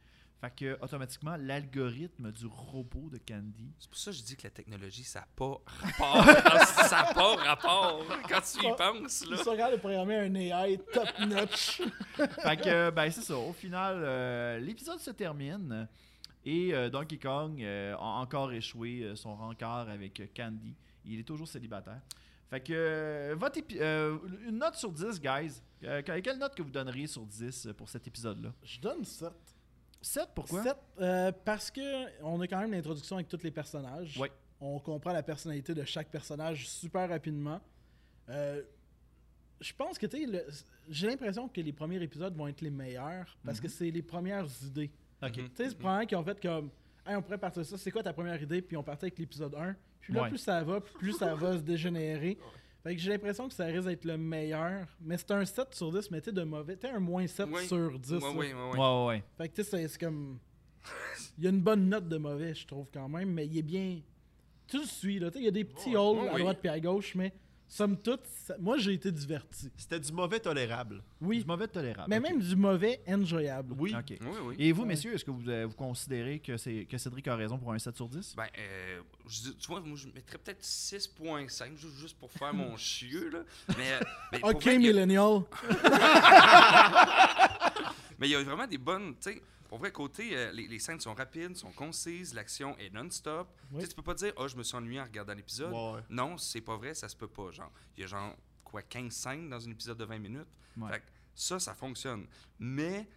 Fait que, automatiquement, l'algorithme du robot de Candy.
C'est pour ça que je dis que la technologie, ça n'a pas
(laughs)
rapport. ça n'a pas rapport. Quand tu y penses,
Ils
là.
sont capables de programmer un AI top notch.
Fait que, euh, ben, c'est ça. Au final, euh, l'épisode se termine. Et euh, Donkey Kong euh, a encore échoué euh, son rencard avec euh, Candy. Il est toujours célibataire. Fait que, euh, votre épi- euh, une note sur 10, guys. Euh, que- quelle note que vous donneriez sur 10 euh, pour cet épisode-là
Je donne 7.
7, pourquoi
Sept, euh, parce que on a quand même l'introduction avec tous les personnages.
Ouais.
On comprend la personnalité de chaque personnage super rapidement. Euh, je pense que, tu sais, le- j'ai l'impression que les premiers épisodes vont être les meilleurs parce que c'est les premières idées.
Mhm. Ok.
Tu sais, c'est probablement qu'ils ont fait comme Hey, on pourrait partir de ça, c'est quoi ta première idée Puis on partait avec l'épisode 1. Puis là,
Ouais.
plus ça va, plus
(laughs)
ça va se dégénérer. Fait que j'ai l'impression que ça risque d'être le meilleur. Mais c'est un 7 sur 10, mais tu sais, de mauvais. Tu sais, un moins 7
Oui.
sur 10.
Oui,
là.
oui,
Ouais,
oui.
ouais, ouais.
Fait que tu sais, c'est- c'est comme. Il y a une bonne note de mauvais, je trouve, quand même, mais il est bien. Tu le suis, là. tu sais, Il y a des petits holes
oui,
à
oui.
droite puis à gauche, mais somme toute, ça- moi, j'ai été diverti.
C'était du mauvais tolérable.
Oui.
Du mauvais tolérable.
Mais
Ah, ok.
même du mauvais, enjoyable.
Oui.
Ok.
Oui, oui.
Et vous, messieurs, est-ce que vous, euh, vous considérez que, c'est, que Cédric a raison pour un 7 sur 10
Ben, euh, je dis- tu vois, moi, je mettrais peut-être 6.5, ju- juste pour
(laughs)
faire mon chieux, là. Mais, euh, mais pour
Ok,
vrai, il y a-
Millennial.
mais il y a vraiment des bonnes, tu sais, pour vrai, côté, euh, les, les scènes sont rapides, sont concises, l'action est non-stop.
Oui.
Tu sais, tu peux pas dire « Oh, je me suis ennuyé en regardant l'épisode
Ouais, ouais.
Non, c'est pas vrai, ça se peut pas, genre. Il y a genre, quoi, 15 scènes dans un épisode de 20 minutes?
Ouais.
Fait que ça, ça fonctionne. Mais...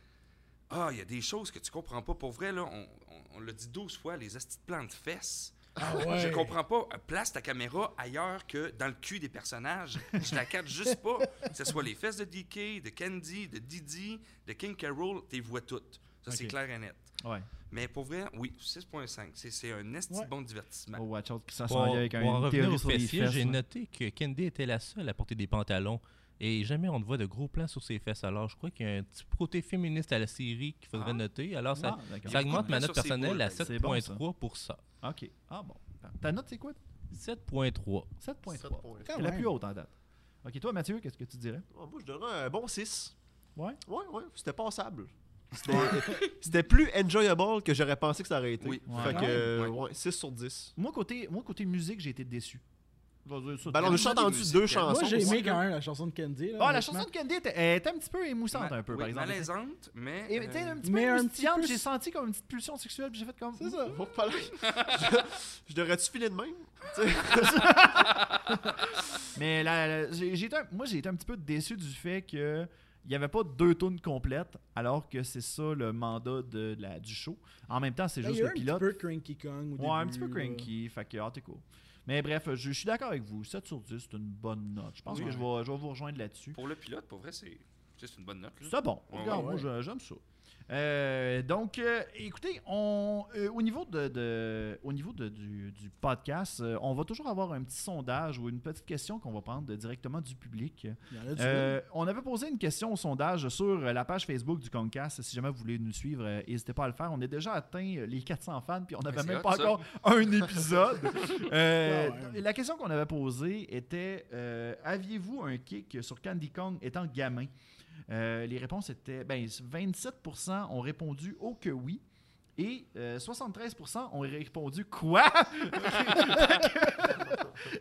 Ah, il y a des choses que tu comprends pas. Pour vrai, là, on, on- on l'a dit 12 fois, les astuces de plans de fesses.
Ah
(laughs) Je comprends pas. Euh, Place ta caméra ailleurs que dans le cul des personnages. Je la capte juste pas. Que ce soit les fesses de DK, de Candy, de Didi, de King Carol, t'es vois toutes. Ça, c'est
Ok.
clair et net.
Ouais.
Mais pour vrai, oui, 6.5. C'est- C'est un esti de
Ouais.
bon divertissement.
Oh, watch out, qui s'en
Ben, Pour,
s'en vient avec
pour en
un
revenir
théorie
aux
sur les
fessiers,
fesses. hein.
j'ai
là.
noté que Candy était la seule à porter des pantalons. Et jamais on ne voit de gros plans sur ses fesses. Alors, je crois qu'il y a un petit côté féministe à la série qu'il faudrait
Ah.
noter. Alors, ça,
Ah, d'accord.
ça augmente ma
plans
note
sur ses
personnelle
boules,
à
par exemple.
C'est bon, ça.
7,3 pour ça.
Ok. Ah bon. Ta note, c'est quoi
7,3.
7.3.
7.3.
Quand
C'est la
même.
plus haute en date. Ok, toi, Mathieu, qu'est-ce que tu dirais
Ouais, Oh, moi, je donnerais un bon 6.
Ouais.
Ouais, ouais, c'était passable. C'était- (laughs) C'était plus enjoyable que j'aurais pensé que ça aurait été.
Oui.
Ouais.
Fait
Ah
que,
ouais.
euh, ouais, 6 sur 10.
Moi, côté, moi, côté musique, j'ai été déçu. Je vais dire ça.
Ben, on a juste
musique
entendu
musicale.
deux chansons.
Moi, j'ai
aussi.
aimé quand même la chanson de Candy. là,
Ah, la
honnêtement.
chanson de Candy était, elle était un petit peu émoussante, un peu,
Oui,
par exemple.
Malaisante, mais.
Et,
euh,
tu sais, un petit peu
Mais un petit
émoustillante,
peu-
j'ai senti comme une petite pulsion sexuelle, puis j'ai fait comme.
C'est ça. Faut pas l'air. je je devrais-tu filer de même?
Mais la- la- j'ai- j'ai été un- moi, j'ai été un petit peu déçu du fait que il n'y avait pas deux tunes complètes, alors que c'est ça le mandat de la- du show. En même temps, c'est
Ben, il
juste
y a eu
le
un petit
pilote.
peu Cranky Kong. Au
ouais, un petit peu
début, là.
cranky, fait que ah, t'es cool. Mais bref, je, je suis d'accord avec vous. 7 sur 10, c'est une bonne note. Je pense
Oui.
que je vais, je vais vous rejoindre là-dessus.
Pour le pilote, pour vrai, c'est c'est une bonne note. là.
C'est bon.
Ouais,
Regarde,
ouais,
moi, je- j'aime ça. Euh, donc, euh, écoutez, on, euh, au niveau, de, de- au niveau de- du, du podcast, euh, on va toujours avoir un petit sondage ou une petite question qu'on va prendre de- directement du public.
Il y en a du
Euh, on avait posé une question au sondage sur euh, la page Facebook du Concast. Si jamais vous voulez nous suivre, euh, n'hésitez pas à le faire. On est déjà atteint euh, les 400 fans, puis on n'avait
c'est
Ah ben, même
hot,
pas
ça.
encore
(laughs)
un épisode. Euh,
Ah ouais.
La question qu'on avait posée était euh, Aviez-vous un kick sur Candy Kong étant gamin Euh, Les réponses étaient ben, 27% ont répondu Oh que oui. Et euh, 73% ont répondu quoi? (laughs)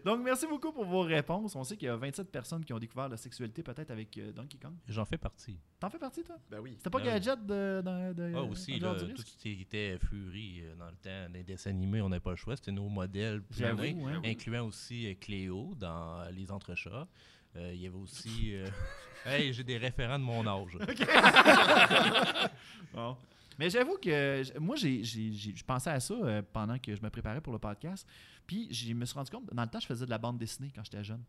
Donc, merci beaucoup pour vos réponses. On sait qu'il y a 27 personnes qui ont découvert la sexualité peut-être avec euh, Donkey Kong.
J'en fais partie.
T'en fais partie, toi?
Ben oui.
C'était pas
Ah oui.
Gadget de, dans-
Euh,
de-
Ah,
en
aussi,
dehors
là,
du
tout
risque?
ce qui était Fury euh, dans le temps, les dessins animés, on n'avait pas le choix. C'était nos modèles
J'avoue,
primés,
hein.
incluant aussi euh, Cléo dans euh, Les Entrechats. Euh, Il y avait
(laughs)
aussi. euh, hey, j'ai des référents de mon âge.
Bon. Mais j'avoue que j- moi, j'ai, j'ai- j'ai- je pensais à ça euh, pendant que je me préparais pour le podcast. Puis, je me suis rendu compte, dans le temps, je faisais de la bande dessinée quand j'étais jeune.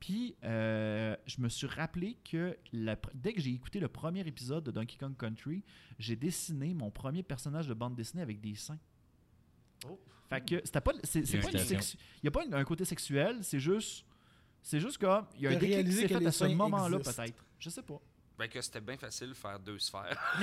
Puis, euh, je me suis rappelé que la pr- dès que j'ai écouté le premier épisode de Donkey Kong Country, j'ai dessiné mon premier personnage de bande dessinée avec des seins.
Oh.
Fait que c'était pas, c'est, c'est
Il y a
pas
une
une
station.
sexu- il y a pas une- un côté sexuel, c'est juste, c'est juste comme il y a un
De
déclic qui
réaliser
s'est
que
fait
les
à ce
seins
moment-là
existent.
peut-être. Je sais pas.
Ben que c'était bien facile de faire deux sphères.
Peut-être.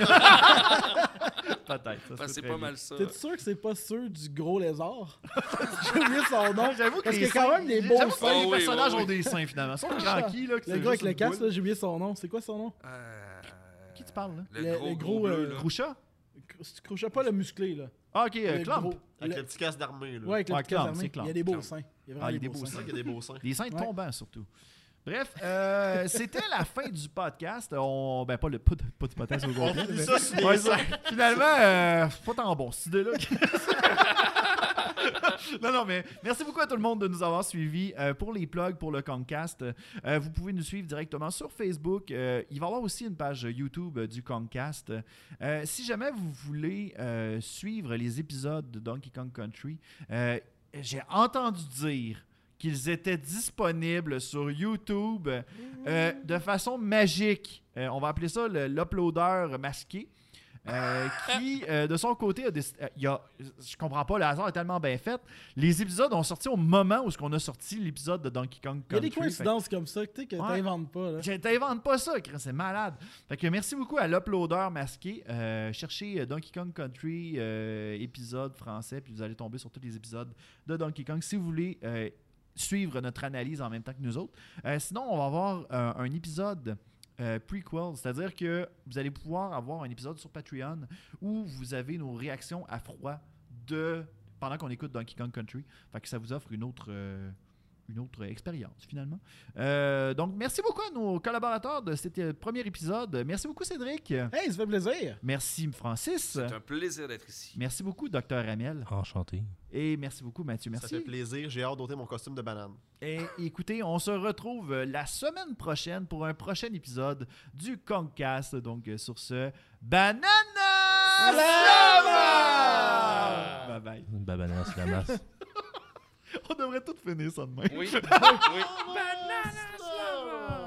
ça se
(laughs)
peut
Parce que c'est
très
pas
bien.
mal ça.
T'es sûr que c'est pas ceux du gros lézard? (laughs) J'ai oublié son nom.
J'avoue
Parce
les
que quand
seins-
même, les
j'ai-
beaux
j'avoue que
seins-
les
Oui, oui,
personnages
Ah oui.
ont des seins finalement. Sauf Cranky, là. que
Ah,
(laughs) c'est
Le gars avec
juste
le
une
casque,
boule.
là, j'ai oublié son nom. C'est quoi son nom?
Euh,
Qui tu parles, là?
Le,
Le-
gros,
le
gros,
gros,
bleu,
euh,
là.
Groucha
Si tu crochais pas le musclé, là.
Ah, ok, euh,
Le
Clump.
gros-
Avec
le-
le petit casque d'armé. là.
Ouais, avec le
Ouais,
petit casque
Clump,
armé.
c'est Clump.
Il y a des beaux
Clump.
seins. Il y a
Ah,
vraiment
il y a
des
des beaux
beaux
C'est
seins.
vrai qu'il y a des beaux seins.
Les seins
Ouais.
tombants, surtout. Bref, euh, c'était la fin du podcast. On... Ben, pas, le... pas, de- pas du podcast au
On
complet.
finit
mais-
ça sur
Ouais,
les
ça.
seins.
Finalement, euh, pas tant bon, cette idée-là. non, non, mais merci beaucoup à tout le monde de nous avoir suivis. Euh, pour les plugs, pour le Concast, euh, vous pouvez nous suivre directement sur Facebook. Euh, il va y avoir aussi une page YouTube euh, du Concast. Euh, si jamais vous voulez euh, suivre les épisodes de Donkey Kong Country, euh, j'ai entendu dire qu'ils étaient disponibles sur YouTube euh, de façon magique. Euh, on va appeler ça le- l'uploader masqué.
(laughs)
euh, qui, euh, de son côté, a décidé- euh, il a- je comprends pas, le hasard est tellement bien fait. Les épisodes ont sorti au moment où ce qu'on a sorti l'épisode de Donkey Kong
Il y a
Country. Fait
des
que-
coïncidences comme ça tu sais, que
Ouais.
t'inventes pas, là.
je- T'inventes pas ça, Chris, c'est malade. Fait que merci beaucoup à l'uploader masqué. Euh, cherchez euh, Donkey Kong Country euh, épisode français, puis vous allez tomber sur tous les épisodes de Donkey Kong. Si vous voulez euh, suivre notre analyse en même temps que nous autres. Euh, sinon, on va avoir euh, un épisode euh, prequel, c'est-à-dire que vous allez pouvoir avoir un épisode sur Patreon où vous avez nos réactions à froid de pendant qu'on écoute Donkey Kong Country. Fait que ça vous offre une autre, euh, une autre expérience finalement. Euh, donc, merci beaucoup à nos collaborateurs de cet euh, premier épisode. Merci beaucoup Cédric.
Hey, ça fait plaisir!
Merci Francis.
C'est un plaisir d'être ici.
Merci beaucoup Docteur Amiel.
Enchanté.
Et merci beaucoup Mathieu.
Ça fait
Merci.
plaisir, j'ai hâte d'ôter mon costume de banane.
Et écoutez, on se retrouve euh, la semaine prochaine pour un prochain épisode du Concast. Donc euh, sur ce, banana Slava! Bye bye.
Babana, la masse.
(laughs) On devrait tout finir ça demain.
Oui. oui.
Banana Slava!